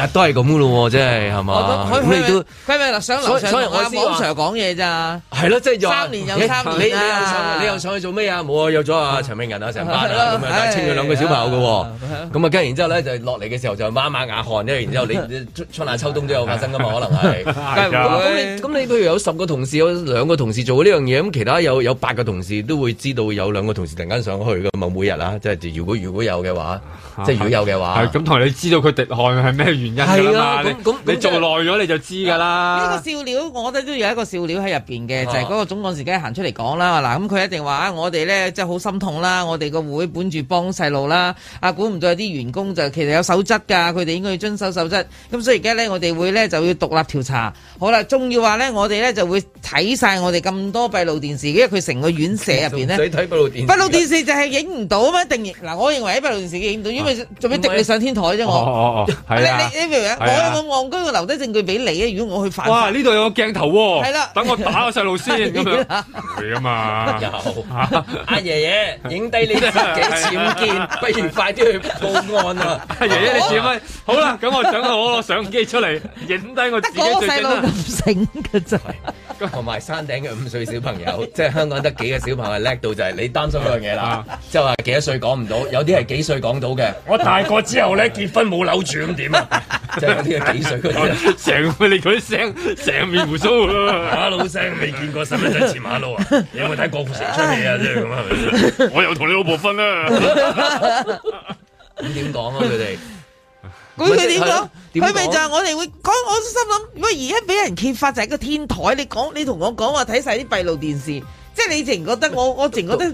B: 日都係咁噶咯喎，真係
D: 哦
B: 係嘛？
D: 我覺得佢
B: 啊咁你都
D: 佢咪嗱上樓上
B: 所以所以
D: 同
B: 我啊
D: 阿
B: 先話
D: 寶 Sir 講嘢咋？
B: 係咯，即係又話
D: 三年有三年
B: 你你你又
D: 啊
B: 上你又上去做咩啊？冇啊，約咗啊陳明仁啊成班
D: 係
B: 啊
D: 咯
B: 咁啊，但係清咗兩個小朋友嘅
D: 係啊
B: 喎，咁啊跟住然之後咧就落嚟嘅時候就抹一抹眼汗，因為然之後你你春春夏秋冬都有發生 噶嘛，可能係。
C: 係
B: 咁
C: 啊，
B: 咁你咁你譬如有十個同事，有兩個同事做呢樣嘢，咁其他有有八個同事都會知道有兩個同事突然間上去噶嘛，每日啊，即係如果如果有嘅話，即係如果有嘅話
C: 啊係，咁同埋你知道佢滴汗係咩原因㗎
B: 係
C: 啦
B: 啊
C: 嘛？你
B: 咁咁
C: 你
B: 咁
C: 做
B: 即係
C: 耐咗你就知㗎啦
D: 呢。個笑料，我覺得都有一個笑料喺入邊嘅，就
B: 啊
D: 係嗰個總幹事梗係行出嚟講啦。嗱，咁佢一定話啊，我哋咧即係好心痛啦，我哋個會本住幫細路啦，啊，估唔到有啲員工就其實有守則㗎，佢哋應該要遵守守則。咁所以而家咧，我哋會咧就要獨立調查。好啦，仲要話咧，我哋咧就會睇晒我哋咁多閉路電視，因為佢成個院舍入邊
B: 唔
D: 咧。
B: 使睇閉路電視
D: 閉路電視就係影唔到啊嘛，一定影嗱，我認為喺閉路電視影唔到，因為做咩滴你上天台啫
C: 哦
D: 我。
C: 哦哦，
D: 你
C: 係啊。
D: 你你譬如啊
C: 係啊
D: 我有個戇居，我留低證據俾你啊！如果我去犯法
C: 哇！呢度有個鏡頭喎，
D: 係啦
C: 等我打個細路先咁樣，係啊嘛，
B: 有阿爺爺影低你自己僭 建，不如快啲去報案啊！
C: 阿爺爺你點啊？好啦，咁我想攞個相機出嚟，影低我
D: 得
C: 自己
D: 嗰個
C: 最
D: 細
C: 緊
D: 路
C: 啦。
D: 咁醒嘅啫，
B: 同埋山頂嘅五歲小朋友， 即係香港得幾個小朋友叻到就係你擔心嗰樣嘢啦，即係話幾多歲講唔到，有啲係幾歲講到嘅，
J: 啊我大個之後咧結婚冇扭住咁點啊？
B: 即係有啲係幾歲 嗰啲。 啊
C: 成你嗰啲聲，成面胡鬚啊！
J: 馬老聲未見過細蚊仔似馬騮啊！你有冇睇郭富城出戲啊？即係咁啊係咪先？
C: 我又同你老婆分啦。
B: 咁點講啊？佢哋
D: 咁佢
B: 咪即
D: 點
B: 係
D: 講？
B: 點講
D: 佢咪就係我哋會講，我心諗，喂，而家俾人揭發就係個天台，你講你同我講話睇晒啲閉路電視，即係你淨覺得我，我淨覺得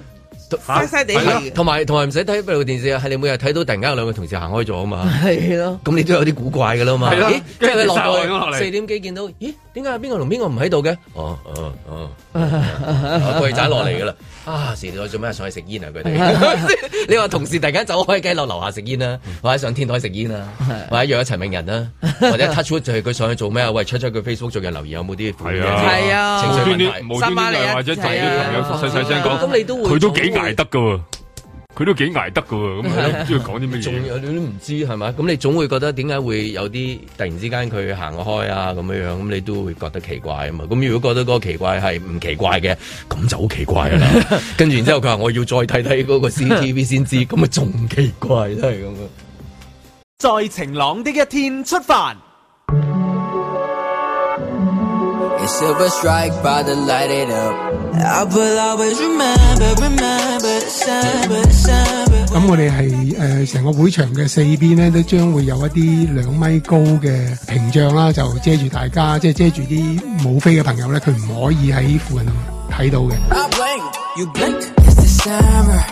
D: 嘥嘥地
B: 係啦
D: 嚟嘅，
B: 同埋同埋唔使睇閉路電視啊，係你每日睇到突然間有兩個同事行開咗啊嘛，
D: 係咯。
B: 咁你都有啲古怪噶啦嘛。
C: 係啦
B: 咦即係你落
C: 跟住就落
B: 到
C: 嚟
B: 去四點幾見到，咦？點解邊個同邊個唔喺度嘅？哦哦哦哦，貴仔落嚟 噶啦。啊！時代做咩上去食煙啊？佢哋， 你話同事突然間走開，梗係落樓下食煙啦，
C: 嗯
B: 或者上天台食 煙啦，或者約咗陳明仁啦，或者 touch wood 就係佢上去做咩啊？喂，check check 佢 Facebook 最近留言有冇啲負面嘅
D: 係
C: 係啊
D: 啊
B: 情
C: 無
B: 緒
C: 端端無端
B: 問題
C: 端又或者同啲朋友細細聲
B: 咁
C: 講，
B: 咁你都會
C: 佢都幾捱得噶喎，佢都幾捱得噶喎，咁佢都唔知佢講啲乜
B: 仲
C: 嘢。
B: 有你都唔知係咪？咁你總會覺得點解會有啲突然之間佢行開啊咁樣樣，咁你都會覺得奇怪啊嘛。咁如果覺得嗰個奇怪係唔奇怪 嘅，咁就好奇怪㗎啦。跟住然之後佢話我要再睇睇嗰個 CCTV 先知，咁啊仲奇怪真係咁啊！
E: 在晴朗的一天出發。
K: A silver strike, by the light it up. I will always remember, remember December, December.
L: 咁我哋係誒成個會場嘅四邊咧，都將會有一啲兩米高嘅屏障啦，就遮住大家，即係遮住啲冇飛嘅朋友咧，佢唔可以喺附近睇到嘅。
K: I blink, you blink. It's December,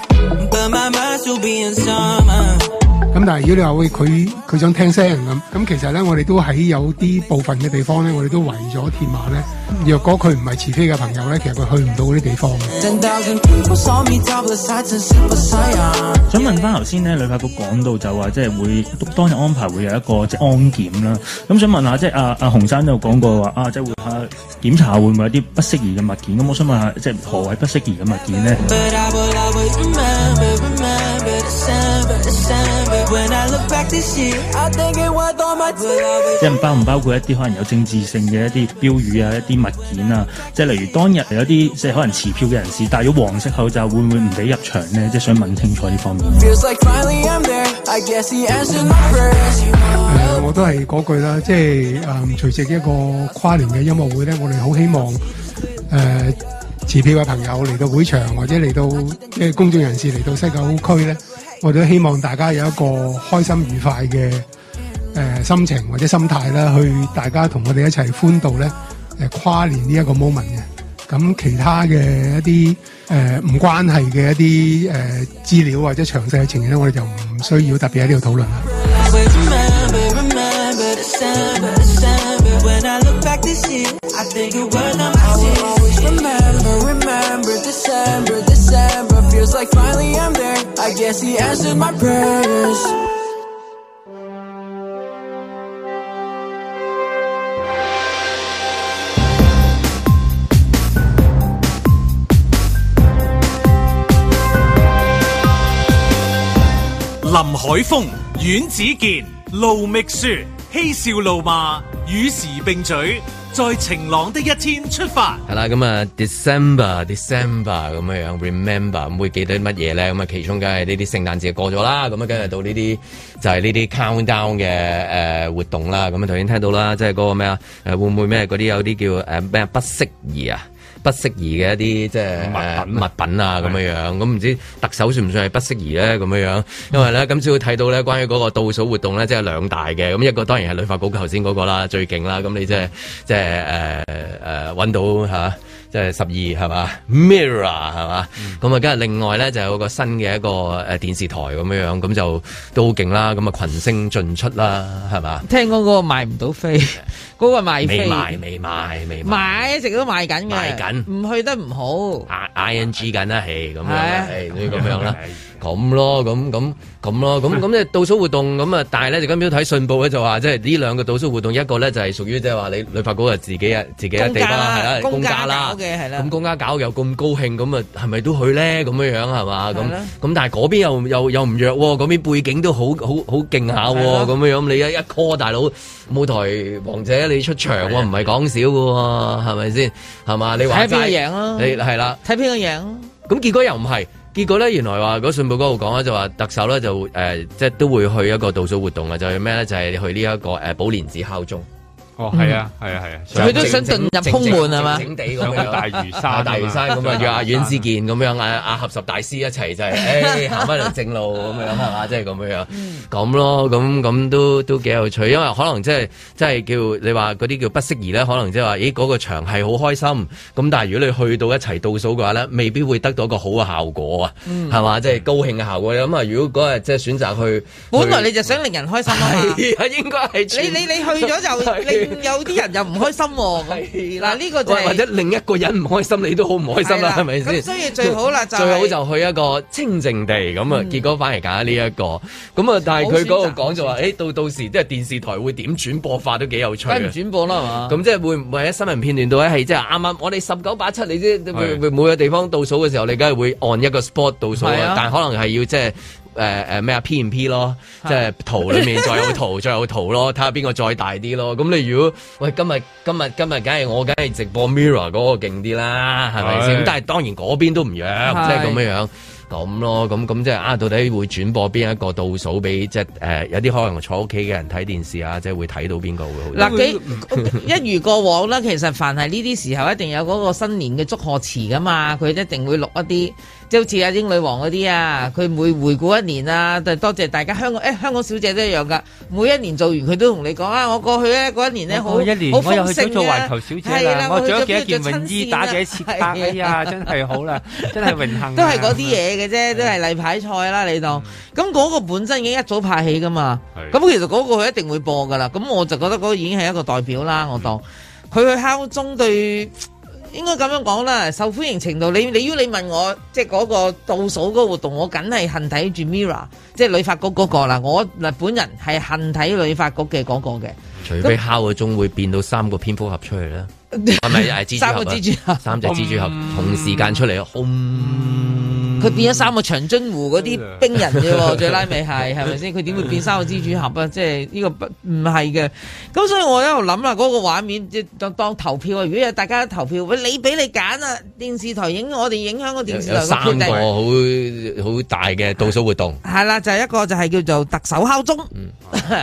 K: but my mind still be in summer.
L: 咁但係如果你話喂佢佢想聽聲咁，咁其實咧我哋都喺有啲部分嘅地方咧，我哋都圍咗鐵馬咧。若果佢唔係持飛嘅朋友咧，其實佢去唔到嗰啲地方嘅。
K: Ten thousand people saw me topless, I just super scion.
J: 想問翻頭先咧，旅發局講到就話即係會當日安排會有一個即係安檢啦。咁想問下，即係阿阿洪生都有講過話啊，即係會啊檢查會唔會有啲不適宜嘅物件？咁我想問下，即係何謂不適宜嘅物件咧？
K: But I will always remember, remember December, December. When I look back this year, I think it was all my time.
J: 即係包唔包括一啲可能有政治性嘅一啲標語啊、一啲物件啊，即係例如當日有啲即係可能持票嘅人士戴咗黃色口罩，會唔會唔俾入場咧？即係想問清楚呢方面。
K: Feels like finally I'm there. I guess he answered my
L: 誒、
K: prayers.
L: 我都係嗰句啦，即係誒，隨、藉一個跨年嘅音樂會咧，我哋好希望誒、持票嘅朋友嚟到會場或者嚟到即係公眾人士嚟到西九區咧，我哋都希望大家有一個開心愉快嘅誒、呃心情或者心態啦，去大家同我哋一齊歡度咧誒、呃跨年呢一個 moment 嘅。咁其他嘅一啲誒唔關係嘅一啲誒、資料或者詳細嘅情形咧，我哋就唔需要特別喺呢度討論啦。
K: Always remember, remember December, December. When I look back this year, I think it was not my year. Always remember, remember December, December. Feels like finally I'm there. I guess he answered my prayers.
A: 林海峰、阮子健、路觅雪，嬉笑怒罵，與時並舉，在晴朗的一天出發。
B: 係啦，咁啊，December December 咁樣樣，Remember 咁會記得啲乜嘢咧？咁啊，其中梗係呢啲聖誕節過咗啦，咁啊，跟住到呢啲就係呢啲 countdown 嘅誒活動啦。咁啊，頭先聽到啦，即係嗰個咩啊？誒會唔會咩嗰啲有啲叫誒咩啊不適宜啊？不適宜嘅一啲即呃係誒物品啊咁樣樣，咁唔知特首算唔算係不適宜咧咁樣樣？因為咧今朝睇到咧關於嗰個倒數活動咧，即係兩大嘅，咁一個當然係旅發局頭先嗰個啦，最勁啦，咁你即係即係誒誒揾到嚇。即係十二係嘛，Mirror 係嘛，咁啊，跟住另外咧就有個新嘅一個誒電視台咁樣樣，咁就都好勁啦，咁啊群星進出啦，係嘛？
D: 聽講嗰個賣唔到飛，嗰個賣飛
B: 未賣未賣未賣。
D: 買一直都賣緊嘅，
B: 賣緊
D: 唔去得唔好。
B: 啊 I N G 緊啦，係咁樣啦，
D: 啊 係
B: 係咁樣啦，咁咯，咁咁咁 咯，咁咁即係倒數活動咁啊！但係咧，就今朝睇信報咧就話，即係呢兩個倒數活動，一個咧就係屬於即係話你旅發局啊自己啊自己一地方啦，係啦，公家
D: 公，家
B: 啦
D: 搞嘅係啦
B: 咁公家搞又咁高興，咁啊係咪都去咧？咁樣樣係嘛？咁咁但係嗰邊又又又唔弱喎，嗰邊背景都好好好勁下喎，咁樣樣你一一 call 大佬舞台王者你出場喎，唔係講少嘅喎，係咪先？係嘛？你話
D: 睇邊個
B: 齋
D: 贏啊啦
B: 你係啦。
D: 睇邊個樣？
B: 咁結果又唔係，結果咧原來話嗰信報嗰度講咧啊就話特首咧就誒、呃即係都會去一個倒數活動啊，就係咩咧？就係、去呢、一個誒、呃、寶蓮寺敲鐘。
C: 哦係啊係啊係啊
B: 就
D: 佢都想遁入空門係嘛？
B: 整地
C: 上
B: 咁
C: 個
B: 樣
C: 大嶼山
B: 啊大嶼山咁啊，約阿阮
C: 之
B: 之健咁樣，阿阿合十大師 一齊就係，誒行翻條正路咁樣係嘛，即係咁樣
D: 嗯
B: 咁咯，咁咁都都幾有趣，因為可能即係即係叫你話嗰啲叫不適宜咧，可能即係話，咦嗰個場係好開心，咁但係如果你去到一齊倒數嘅話咧，未必會得到一個好嘅效果啊，
D: 嗯
B: 係嘛，即係高興嘅效果咁啊，如果嗰日即係選擇去，
D: 本來
B: 去
D: 你就想令人開心啊嘛，
B: 係啊應該係
D: 你
B: 全
D: 你你去咗 就令有啲人又唔開心喎。咁嗱呢個就
B: 或或者
D: 係
B: 另一個人唔開心，你都好唔開心啦，
D: 係啦
B: 係咪先？
D: 咁所以最好啦就係嗯
B: 最好就去一個清靜地咁啊，結果反而揀呢一個咁啊。但係佢嗰度講就話，誒到到時即係電視台會點轉播法都幾有趣啊
D: 梗係唔
B: 嘅。
D: 轉播啦係嘛。
B: 咁即係會唔會喺新聞片段度咧？係即係啱啱我哋十九八七，你知會
D: 係
B: 會每個地方倒數嘅時候，你梗係會按一個 spot 倒數
D: 係
B: 啊
D: 啊，
B: 但可能係要即係。誒誒咩啊 P 唔 P 咯，即係圖裏面再有圖，再有圖咯，睇下邊個再大啲咯。咁你如果喂今日今日今日，梗係我梗係直播 Mirror 嗰個勁啲啦，係咪先？
C: 係
B: 咁但係當然嗰邊都唔弱，即係咁樣樣。咁咯，咁咁即係啊，到底會轉播邊一個倒數俾即係誒、有啲可能坐屋企嘅人睇電視啊，即係會睇到邊個會 好啲。
D: 嗱幾一如過往啦，其實凡係呢啲時候，一定有嗰個新年嘅祝賀詞噶嘛，佢一定會錄一啲，即係好似阿英女王嗰啲啊，佢每回顧一年啊，就多謝大家香港，誒、香港小姐都一樣噶，每一年做完佢都同你講啊，我過去咧嗰一年咧好好
K: 我一年我又
D: 豐
K: 去
D: 盛
K: 咗做
D: 啊
K: 環球小
D: 係
K: 姐啦，我
D: 去
K: 着咗
D: 邊
K: 幾
D: 度
K: 件
D: 做
K: 泳
D: 親
K: 衣，
D: 善
K: 打
D: 啊
K: 者切拍，哎呀，真係好啦，真係榮幸啊。嗯
D: 都係嗰啲嘢嘅啫，都係例牌菜啦，你當。咁嗰個本身已經一早派起噶嘛，
K: 係
D: 咁其實嗰個佢一定會播噶啦。咁我就覺得嗰個已經係一個代表
K: 嗯
D: 啦，我當佢去敲鐘對。應該咁樣講啦，受歡迎程度，你你要你問我，即係嗰個倒數嗰個活動，我梗係恨睇住 Mira，即係旅發局嗰個啦。我嗱本人係恨睇旅發局嘅嗰個嘅。
B: 除非敲個鐘會變到三個蝙蝠俠出嚟 啦，係咪係蜘蛛俠啊？
D: 三個蜘蛛俠
B: 三隻蜘蛛俠同時間出嚟，轟
C: 嗯
D: 佢變咗三個長津湖嗰啲兵人啫 喎，最拉尾係係咪先？佢點會變三個蜘蛛俠啊？即係呢個不唔係嘅。咁所以我喺度諗啦，嗰、個畫面即係當當投票啊！如果有大家投票，喂你俾你揀啊！電視台影我哋影嗯響個
B: 有
D: 電視台
B: 有
D: 嘅
B: 三
D: 決
B: 個
D: 定。
B: 好好大嘅倒數活動，
D: 係啦，就係一個就係叫做特首敲鐘，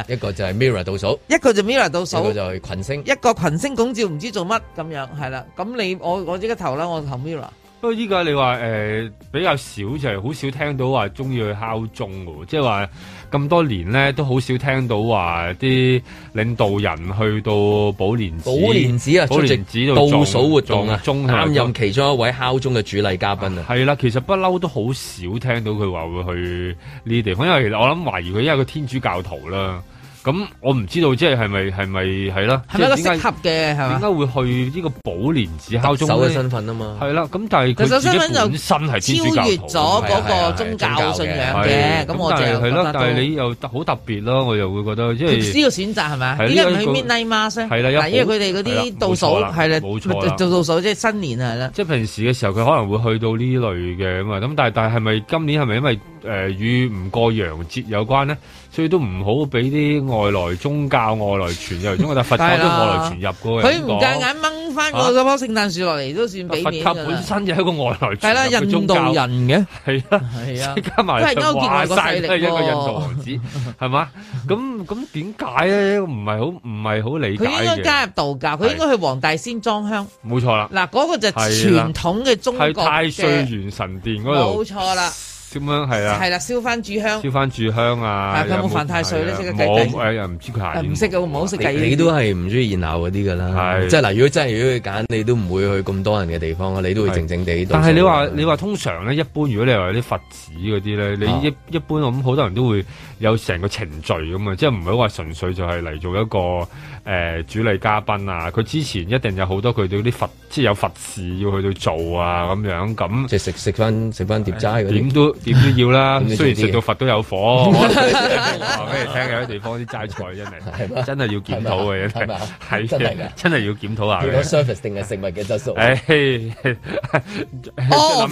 B: 一個就係 Mirror 倒數，
D: 一個就 Mirror 倒
B: 一個
D: 數
B: 就，係群星。
D: 一個群星拱照唔知做乜咁樣，係啦。咁你我我即刻投啦，我投 Mirror。
C: 不過依家你話誒、呃比較少，就係好少聽到話中意去敲鐘嘅喎，即係話咁多年咧都好少聽到話啲領導人去到寶蓮寺
B: 寶蓮寺啊，
C: 寶
B: 出席
C: 蓮寺度
B: 倒數活動啊，
C: 鐘係
B: 擔任其中一位敲鐘嘅主禮嘉賓啊。
C: 係啦，其實不嬲都好少聽到佢話會去呢啲地方，因為其實我諗懷疑佢，因為佢天主教徒啦。咁我唔知道即係係咪係咪係啦，
D: 係咪一個
C: 即係
D: 適
C: 點解
D: 合嘅係
C: 點
D: 嘛？
C: 解會去呢個寶蓮寺敲鐘
B: 啊特首嘅
C: 呢
B: 身份啊嘛
C: 係啦，咁但係
D: 特
C: 佢
D: 首
C: 自
D: 身
C: 己
D: 份就
C: 本身係天主教
D: 超越
C: 徒
D: 咗嗰個
C: 係係係
D: 宗教信仰
C: 係
D: 嘅，咁我就
C: 但係
D: 覺
C: 係咯，
D: 得
C: 但係
D: 都。
C: 你又特好特別咯，我又會覺得即係
D: 呢個選擇係咪啊？
C: 係
D: 點解唔去
C: 呢個
D: Midnight Mass 咧？
C: 係啦有
D: 嗱，因為佢哋嗰
C: 係啦
D: 啲倒數
C: 冇錯啦
D: 係啦，
C: 冇錯啦
D: 做倒數即係新年係啦。
C: 即係平時嘅時候，佢可能會去到呢類嘅咁啊。咁但係但係係咪今年係咪因為誒與唔過洋節有關咧，所以都唔好俾啲外來宗教、外來傳入，因為但佛教都外來傳入嘅喎。
D: 佢唔夾硬掹翻個棵聖誕樹落嚟都算俾
C: 佛
D: 面
C: 教
D: 㗎
C: 本
D: 啦。
C: 身就係一個外來
D: 係啦
C: 傳入嘅宗教
D: 印度人嘅，
C: 係啦，
D: 係啊
C: 加埋
D: 都係勾結外國勢力
C: 話晒都係一個
D: 喎
C: 印度王子，係嘛？咁咁點解咧？唔係好唔係好理解
D: 佢
C: 嘅。
D: 應該加入道教，佢應該去黃大仙裝香。
C: 冇錯啦。
D: 嗱，嗰個就
C: 係啦
D: 傳統嘅中國
C: 係太歲
D: 嘅，
C: 元神殿嗰
D: 冇
C: 度，
D: 錯啦，
C: 咁樣係啦，
D: 係啦，燒翻柱香
C: 燒。翻柱香啊
D: 啊！佢有冇犯太歲咧即刻計計
C: 冇誒，又唔知佢行
D: 唔識嘅，我唔好識計。
B: 你你都係唔中意熱鬧嗰啲㗎啦，即係嗱，如果真係如果佢揀，你都唔會去咁多人嘅地方啊，你都會靜靜地。
C: 但係你話
B: 啊
C: 你話通常咧，一般如果你話有啲佛寺嗰啲咧，
B: 啊
C: 你一一般咁好多人都會有成個程序咁啊，即係唔係話純粹就係嚟做一個誒、呃主禮嘉賓啊。佢之前一定有好多佢哋嗰啲佛，即係有佛事要去到做啊咁樣咁。
B: 即係食食翻食翻碟齋嗰啲
C: 點都點都要啦
B: 點都。要
C: 雖然
B: 做
C: 食
B: 啲嘅
C: 到佛都有 火，我話俾你聽，有啲地方啲齋菜真係真係要檢討嘅，
B: 係
C: 真係
B: 咪啊
C: 係
B: 真係㗎
C: 嘅真係要檢討下
B: 佢個
C: 嘅。
B: service 定係食物嘅質素。
C: 唉，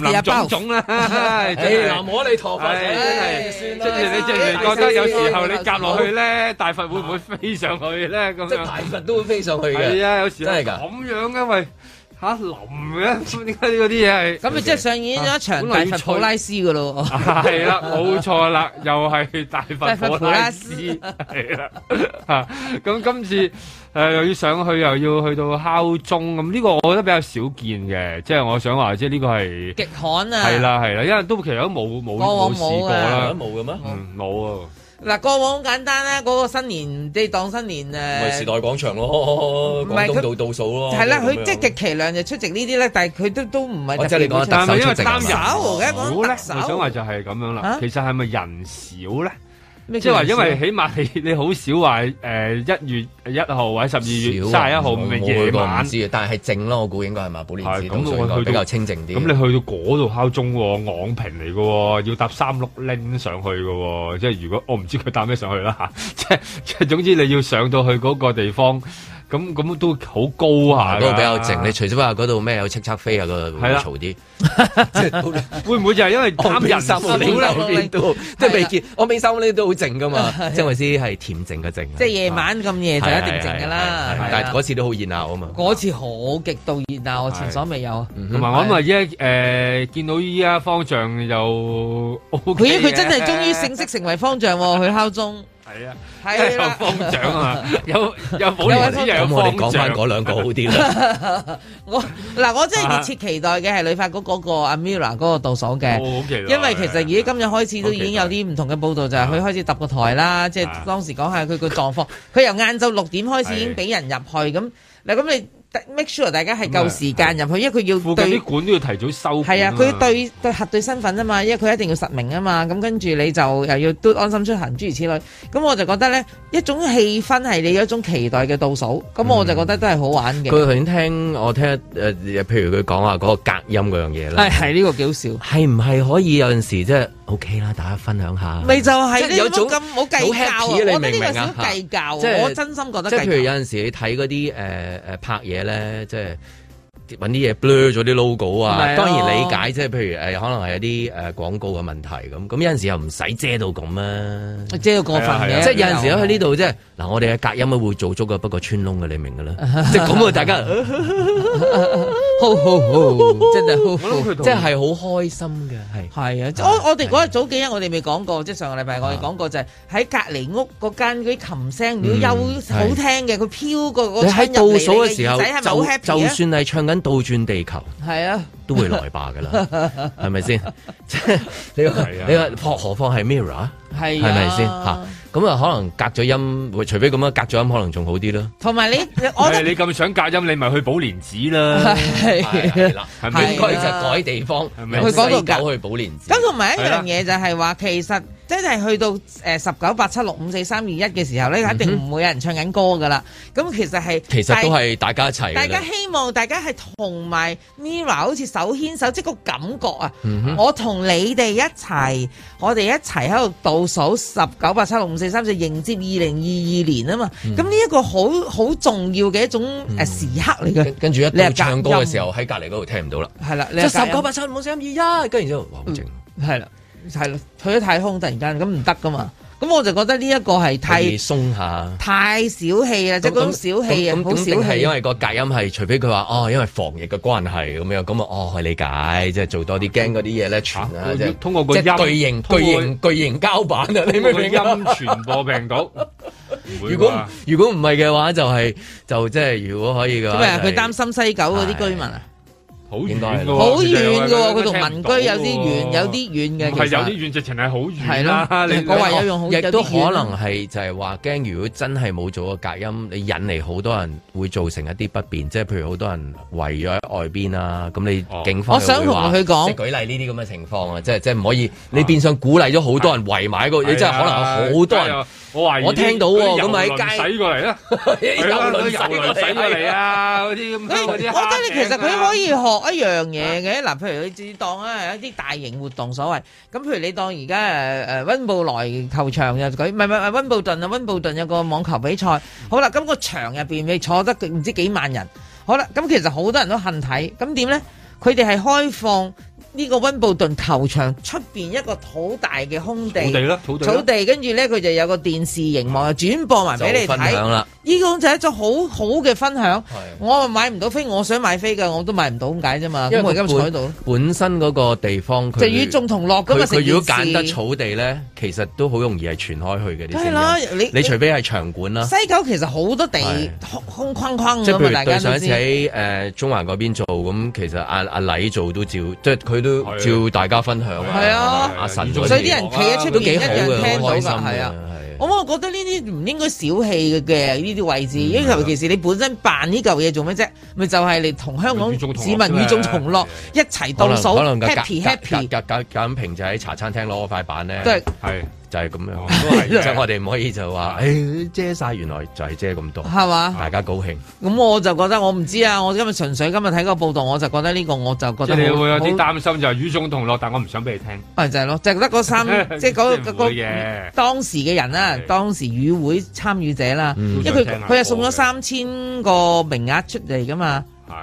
C: 林林總總啦，唉真係
B: 哎嗱，摸你陀佛
C: 唉
B: 真係，
C: 即係你即係覺得有時候你夾落去咧，大佛會唔會飛上去咧？咁
B: 即係
C: 樣
B: 大佛都會飛上去嘅。
C: 係啊，有時
B: 真係㗎。
C: 咁樣嘅喂嚇淋 嘅，點解嗰啲嘢係
D: 咁咪即係上演咗一場大佛普拉斯嘅咯喎。
C: 係啦，冇錯啦，又係大
D: 大
C: 佛
D: 佛
C: 普
D: 普
C: 拉
D: 拉
C: 斯
D: 斯
C: 係啦，嚇咁今次誒、呃又要上去，又要去到敲鐘咁，呢個我覺得比較少見嘅，即係我想話，即係呢個 係
D: 極罕啊！
C: 係啦係啦，因為都其實都冇冇
D: 過往
C: 冇試過
D: 冇啊
C: 啦，
B: 冇嘅咩？
C: 嗯冇啊，
D: 嗱，過往好簡單啦，嗰個新年即係當新年
B: 咪
D: 誒
B: 時代。廣場咯，
D: 唔
B: 廣
D: 係
B: 東
D: 佢
B: 道倒數咯。
D: 係啦，佢
B: 咁樣
D: 即係極其量就出席呢啲咧，但係佢都都唔係
B: 哦即係你講
C: 但係因為
B: 特首出席啊
C: 擔
B: 嘛
C: 人
D: 手嘅
C: 好
D: 講特
C: 咧，我
D: 首
C: 想話就係咁樣啦
D: 啊。
C: 其實係咪人少咧？
D: 咩
C: 即係
D: 叫
C: 話，
D: 人
C: 因
D: 少
C: 為起碼你 你好少話誒一月一號或者十二月三十一號
B: 啊我
C: 唔係
B: 冇
C: 夜
B: 去過
C: 晚
B: 唔知。嘅，但係靜咯，我估應該係嘛，保蓮寺
C: 咁
B: 倒數應
C: 我
B: 該
C: 去
B: 比
C: 到
B: 較清靜啲。
C: 咁你去到嗰度敲鐘喎，昂平嚟嘅喎，要搭三碌拎上去嘅喎，即係如果我唔知佢搭咩上去啦嚇， 即係即係總之你要上到去嗰個地方，咁咁都好高下㗎。
B: 啊嗰度比較靜，你除咗話嗰度咩有叱咤飛啊，嗰度會
C: 係啦
B: 嘈 啲。
C: 會唔會就係因為貪人少咧？
B: 都即 係未見，我未收呢都好靜噶嘛，即係我意思係恬靜嘅靜。
D: 即係夜晚咁夜就一定靜㗎
B: 係
D: 啦。
B: 係係係
D: 係
B: 但係
D: 啊
B: 嗰次都好熱鬧啊嘛。
D: 嗰次好極度熱鬧，我前所未有。
C: 同埋我諗啊，依家誒見到依家方丈又 O
D: 佢
C: K
D: 佢真係終於正式成為方丈喎，佢敲鐘。
C: 係啊，
D: 係
C: 有
D: 啦，
C: 方丈 啊，有有保
D: 有
C: 年
D: 位
C: 子
D: 方
C: 又有
B: 咁我
C: 方
B: 哋講翻
C: 丈，
B: 嗰兩個好啲 啦。
D: 我嗱，我真係熱切期待嘅係旅發局嗰個阿 Mira 嗰個倒數嘅，
C: 我好期待啊
D: 因為其實而家今日開始都已經有啲唔同嘅報道，就係佢開始揼個台啦，即係當時講下佢個狀況。佢由晏晝六點開始已經俾人入去咁嗱，咁你 make sure 大家係夠時間入去，因為佢要
C: 附近
D: 對
C: 啲。啊館都要提早收館。
D: 係啊，佢對對核對身份啊嘛，因為佢一定要實名啊嘛，咁跟住你就又要都安心出行諸如此類，咁我就覺得呢一種氣氛係你有一種期待嘅倒數，咁我就覺得都係好玩嘅。
B: 佢頭先聽我聽誒、呃譬如佢講話嗰個隔音嗰樣嘢啦，
D: 係係呢個幾好笑。
B: 係唔係可以有陣時即係 OK 啦，大家分享下。
D: 咪就係
B: 即
D: 呢
B: 有
D: 種
B: 種
D: 咁冇計較啊！
B: 好
D: 我
B: happy
D: 覺得呢
B: 啊你明唔明
D: 個
B: 啊
D: 少計較啊，
B: 即係
D: 我真心覺得
B: 即係
D: 計
B: 譬如有
D: 較。
B: 陣時你睇嗰啲誒誒拍嘢咧，即係。揾啲嘢 blur 咗啲 logo 啊
D: 咪，咯
B: 當然理解，即係譬如誒、呃可能係一啲誒、廣告嘅問題咁，咁有陣時又唔使遮到咁啊，
D: 遮到過分
B: 係啊係啊
D: 嘅，
B: 即係有陣時喺呢度即係嗱，我哋嘅隔音啊會做足嘅，不過穿窿嘅你明㗎 啦，即係咁啊，大家
D: 好好好，真係好好，
B: 即係好開心嘅，係
D: 係啊！我我哋嗰日早幾日我哋未講過，即係上個禮拜我哋講過就係喺隔離屋嗰間嗰啲琴聲，如果
B: 嗯
D: 有好聽嘅，佢飄過個
B: 你喺倒數嘅時
D: 時
B: 候，
D: 係咪好
B: 就
D: happy
B: 就
D: 啊？
B: 算係唱緊倒轉地球，
D: 係啊，
B: 都會來吧㗎啦，係咪先？即係你話
D: 係啊
B: 你話，何何況係 Mirror，
D: 係
B: 係
D: 啊
B: 咪先嚇？咁啊，可能隔咗音，除非咁樣隔咗音，可能仲好啲啦。
D: 同埋你，你我
C: 唔
D: 覺得
C: 係你咁想隔音，你咪去寶蓮寺啦。
D: 係啊
B: 係啦，
C: 係
B: 應
C: 咪
B: 該就改地方，
C: 咪
B: 由
D: 去嗰度
B: 西九去寶蓮寺。
D: 咁同埋一
B: 係嗯啦
D: 樣嘢就係話，其實真係去到誒十九八七六五四三二一嘅時候咧，一定唔會有人唱緊歌噶啦。咁其實係
B: 嗯其實都係大家一齊㗎
D: 大大
B: 啦。
D: 家希望大家係同埋 Mira 好似手牽手，即係個感覺啊！
B: 嗯哼
D: 我同你哋一齊，我哋一齊喺度倒數十九八七六五四三，就迎接二零二二年啊嘛！
B: 嗯
D: 咁呢一個好好重要嘅一種誒時刻嚟嘅。
B: 跟住一
D: 你
B: 到
D: 係
B: 唱歌
D: 隔音
B: 嘅時候，喺隔離嗰度聽唔到啦。
D: 係啦，嗯
B: 即係十九
D: 八
B: 七五四三二一，跟住之後哇，好靜。
D: 係啦，係咯去咗太空突然間咁唔得噶嘛。咁我就覺得呢一個係太
B: 係鬆下。
D: 太小氣啦，即係嗰種小氣啊，
B: 咁
D: 好
B: 咁
D: 小
B: 定係
D: 氣
B: 因。為個隔音係，除非佢話哦，因為防疫嘅關係咁樣，咁啊哦，可以理解，即係做多啲驚嗰啲嘢咧傳啦，即係
C: 啊通過個
B: 即係
C: 音
B: 巨型
C: 通
B: 巨
C: 過
B: 型巨型膠板啊，你明唔明啊
C: 音傳播病毒，
B: 如果如果唔係嘅話，就係就即係如果可以嘅
D: 咁啊
B: 話，，
D: 佢擔心西九嗰啲居民啊，
C: 好
B: 遠㗎
C: 喎
D: 好遠㗎喎，佢
C: 佢
D: 同民居有啲遠，有啲遠
B: 嗯
D: 嘅。
C: 係
D: 其實
C: 有啲遠，直情係好
D: 係
C: 遠
D: 咯
C: 啦。你
D: 我話有用好
B: 亦
D: 有
B: 都
D: 啲
B: 可
D: 遠
B: 能係就係話驚，如果真係冇做個隔音，你引嚟好多人會造成一啲不便，即係譬如好多人圍咗喺外邊啊，咁你警方
D: 哦我想同佢講
B: 即係舉例呢啲咁嘅情況啊，即係即係唔可以，你變相鼓勵咗好多人圍埋一個，
D: 啊
B: 你真係可能有好多
C: 係
B: 人
C: 啊。我懷疑
B: 我聽到喎，
C: 啲
B: 咁
C: 郵輪
B: 喺街
C: 洗過嚟 啦，
D: 哎
B: 郵輪
C: 係啦
B: 洗過
C: 郵輪
B: 嚟
C: 洗過嚟啊，嗰啲咁樣嗰啲
D: 我覺得你
C: 蝦
D: 其實
C: 艇啊
D: 佢可以學一樣嘢嘅，嗱，譬如你自當啊，一啲大型活動所謂，咁譬如你當而家誒誒温布萊球場又舉，唔係唔係温布頓啊，温布頓有個網球比賽，好啦，咁個場入邊你坐得唔知幾萬人，好啦，咁其實好多人都恨睇，咁點呢？佢哋係開放。呢個温布頓球場出邊一個好大嘅空地，
B: 草地啦草地啦
D: 跟住呢，佢就有個電視熒幕又轉播埋啊俾你
B: 就分享
D: 睇
B: 啦。
D: 呢個就係一種好好嘅分享。我買唔到飛，我想買飛㗎，我都買唔到咁解啫嘛。咁我而家咪坐喺度咯，
B: 本身嗰個地方，佢
D: 就與眾同樂咁
B: 佢
D: 嘛。成
B: 佢如果
D: 件
B: 揀
D: 事
B: 得草地咧，其實都好容易係傳開去嘅啲
D: 梗
B: 聲音。
D: 係啦你
B: 你除非係場館啦，
D: 西九其實好多地
B: 啊係
D: 空空框框
B: 即係
D: 咁
B: 譬
D: 嘛，
B: 如
D: 大
B: 對
D: 家
B: 上
D: 都
B: 一次
D: 知。
B: 喺誒中環嗰邊做，咁其實阿阿禮做都照，即係佢都照大家分享啊。
D: 係啊
B: 阿神嗰
D: 所以啲人企喺出
B: 都
D: 邊一
B: 幾好
D: 樣
B: 嘅，
D: 聽
B: 好
D: 到㗎，
B: 開心嘅
D: 係啊。我我覺得呢啲唔應該小氣嘅呢啲位置，
B: 嗯
D: 因為尤其是你本身辦呢嚿嘢做咩啫？咪就係你同香港市民與眾同樂，一齊
B: 可
D: 倒
B: 能
D: 數
B: 可能個
D: ，happy happy。
B: 隔隔隔咁平就喺茶餐廳攞嗰塊板咧，
D: 都係
B: 係就係咁樣，即係我哋唔可以就話誒遮晒，原來就係遮咁多，
D: 係嘛
B: 大家高興。
D: 咁我就覺得我唔知啊！我今日純粹今日睇個報道，我就覺得呢個我就覺
C: 即
D: 得
C: 係你
D: 好
C: 會有啲
D: 好
C: 擔心就係與眾同樂，但我唔想俾你聽。
D: 咪就係咯，就係得嗰 三即係嗰
C: 即係
D: 嗰
C: 唔會嘅
D: 嗰當時嘅人啦，當時與會參與者啦，
C: 嗯
D: 因為
C: 都想聽
D: 佢
C: 下
D: 佢係送
C: 歌
D: 咗
C: 嘅
D: 三千個名額出嚟噶嘛，
C: 係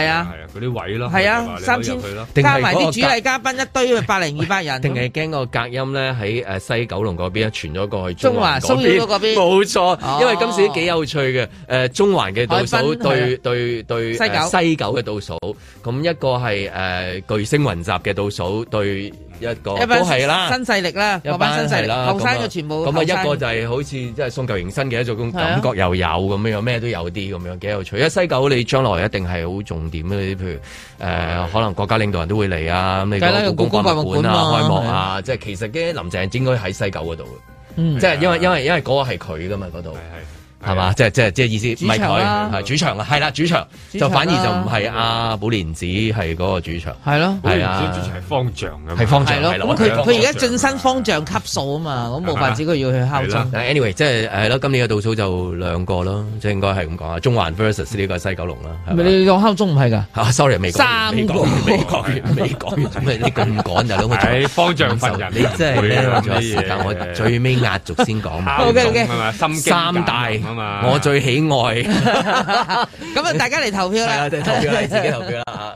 D: 係啊
C: 係啊，嗰啲位咯，
D: 係
C: 你話
D: 啊，
C: 你
D: 三
C: 可以
D: 千
C: 入去咯
B: 定係
D: 加埋
B: 嗰
D: 啲
B: 個
D: 主
B: 價
D: 禮嘉賓一堆，百零二百 人。
B: 定係驚個隔音咧喺誒西九龍嗰邊傳咗過去
D: 中環
B: 環嗰
D: 騷擾到嗰邊
B: 冇錯，因為
D: 哦
B: 今次幾有趣嘅誒中環嘅倒
D: 海
B: 數
D: 濱係
B: 對
D: 啊
B: 對對
D: 西九
B: 誒西九嘅倒數，咁一個係誒巨星雲集嘅倒數對一個
D: 一班
B: 都係啦，
D: 新勢力啦，嗰班新勢
B: 係
D: 力，
B: 啦
D: 後生
B: 咁啊
D: 嘅全部
B: 咁啊
D: 後生
B: 一個就係好似即係送舊迎新嘅一種
D: 係啊
B: 感覺又有咁樣，咩都有啲咁樣，幾有趣。因為西九你將來一定係好重點嘅，譬如誒、呃可能國家領導人都會嚟啊，咁你
D: 梗係啦
B: 個故宮博物
D: 故宮
B: 館
D: 博物
B: 啊、
D: 館啊
B: 開幕啊，即係其實嘅林鄭應該喺西九嗰度嘅，
D: 嗯啊
B: 即係因為因為因為嗰個係佢噶嘛嗰度。係嘛？即係即係即係意思，唔係
D: 主場
B: 佢
D: 啦
B: 係主場啊，係啦，主場
D: 主
B: 就
D: 場
B: 反而就唔
D: 啦
B: 係阿寶蓮寺係嗰個主場，
D: 係咯
B: 係
C: 好
B: 啊
C: 似，主持係方丈咁，
B: 係方丈
D: 係咯，
B: 係啦
D: 咁
B: 我
D: 佢
B: 哋係
D: 佢而家
B: 方丈
D: 進身方丈級數啊嘛，咁冇法子佢要去敲
B: 係啦
D: 鐘。
B: 但係啊 anyway，即係係咯，今年嘅倒數就兩個咯，即係應該係咁講啊。中環 versus 呢個西九龍啦，係
D: 咪
B: 咪？
D: 你講敲鐘唔係㗎？
B: 啊，sorry，未講完
D: 三
B: 未講
D: 個
B: 完，未講完，未 講完，咩你咁趕就兩個
C: 係方丈份人
B: 你真係咧
C: 唔會啊
B: 仲有時間，
C: 呢啲嘢
B: 我最尾壓軸先講 埋。
D: OK，OK
C: 係嘛心經
B: 三大
C: 簡單啊嘛
B: 我最喜愛，係
D: 咁啊，大家嚟投票啦
B: 啊，即係投票啦，自己投票啦啊！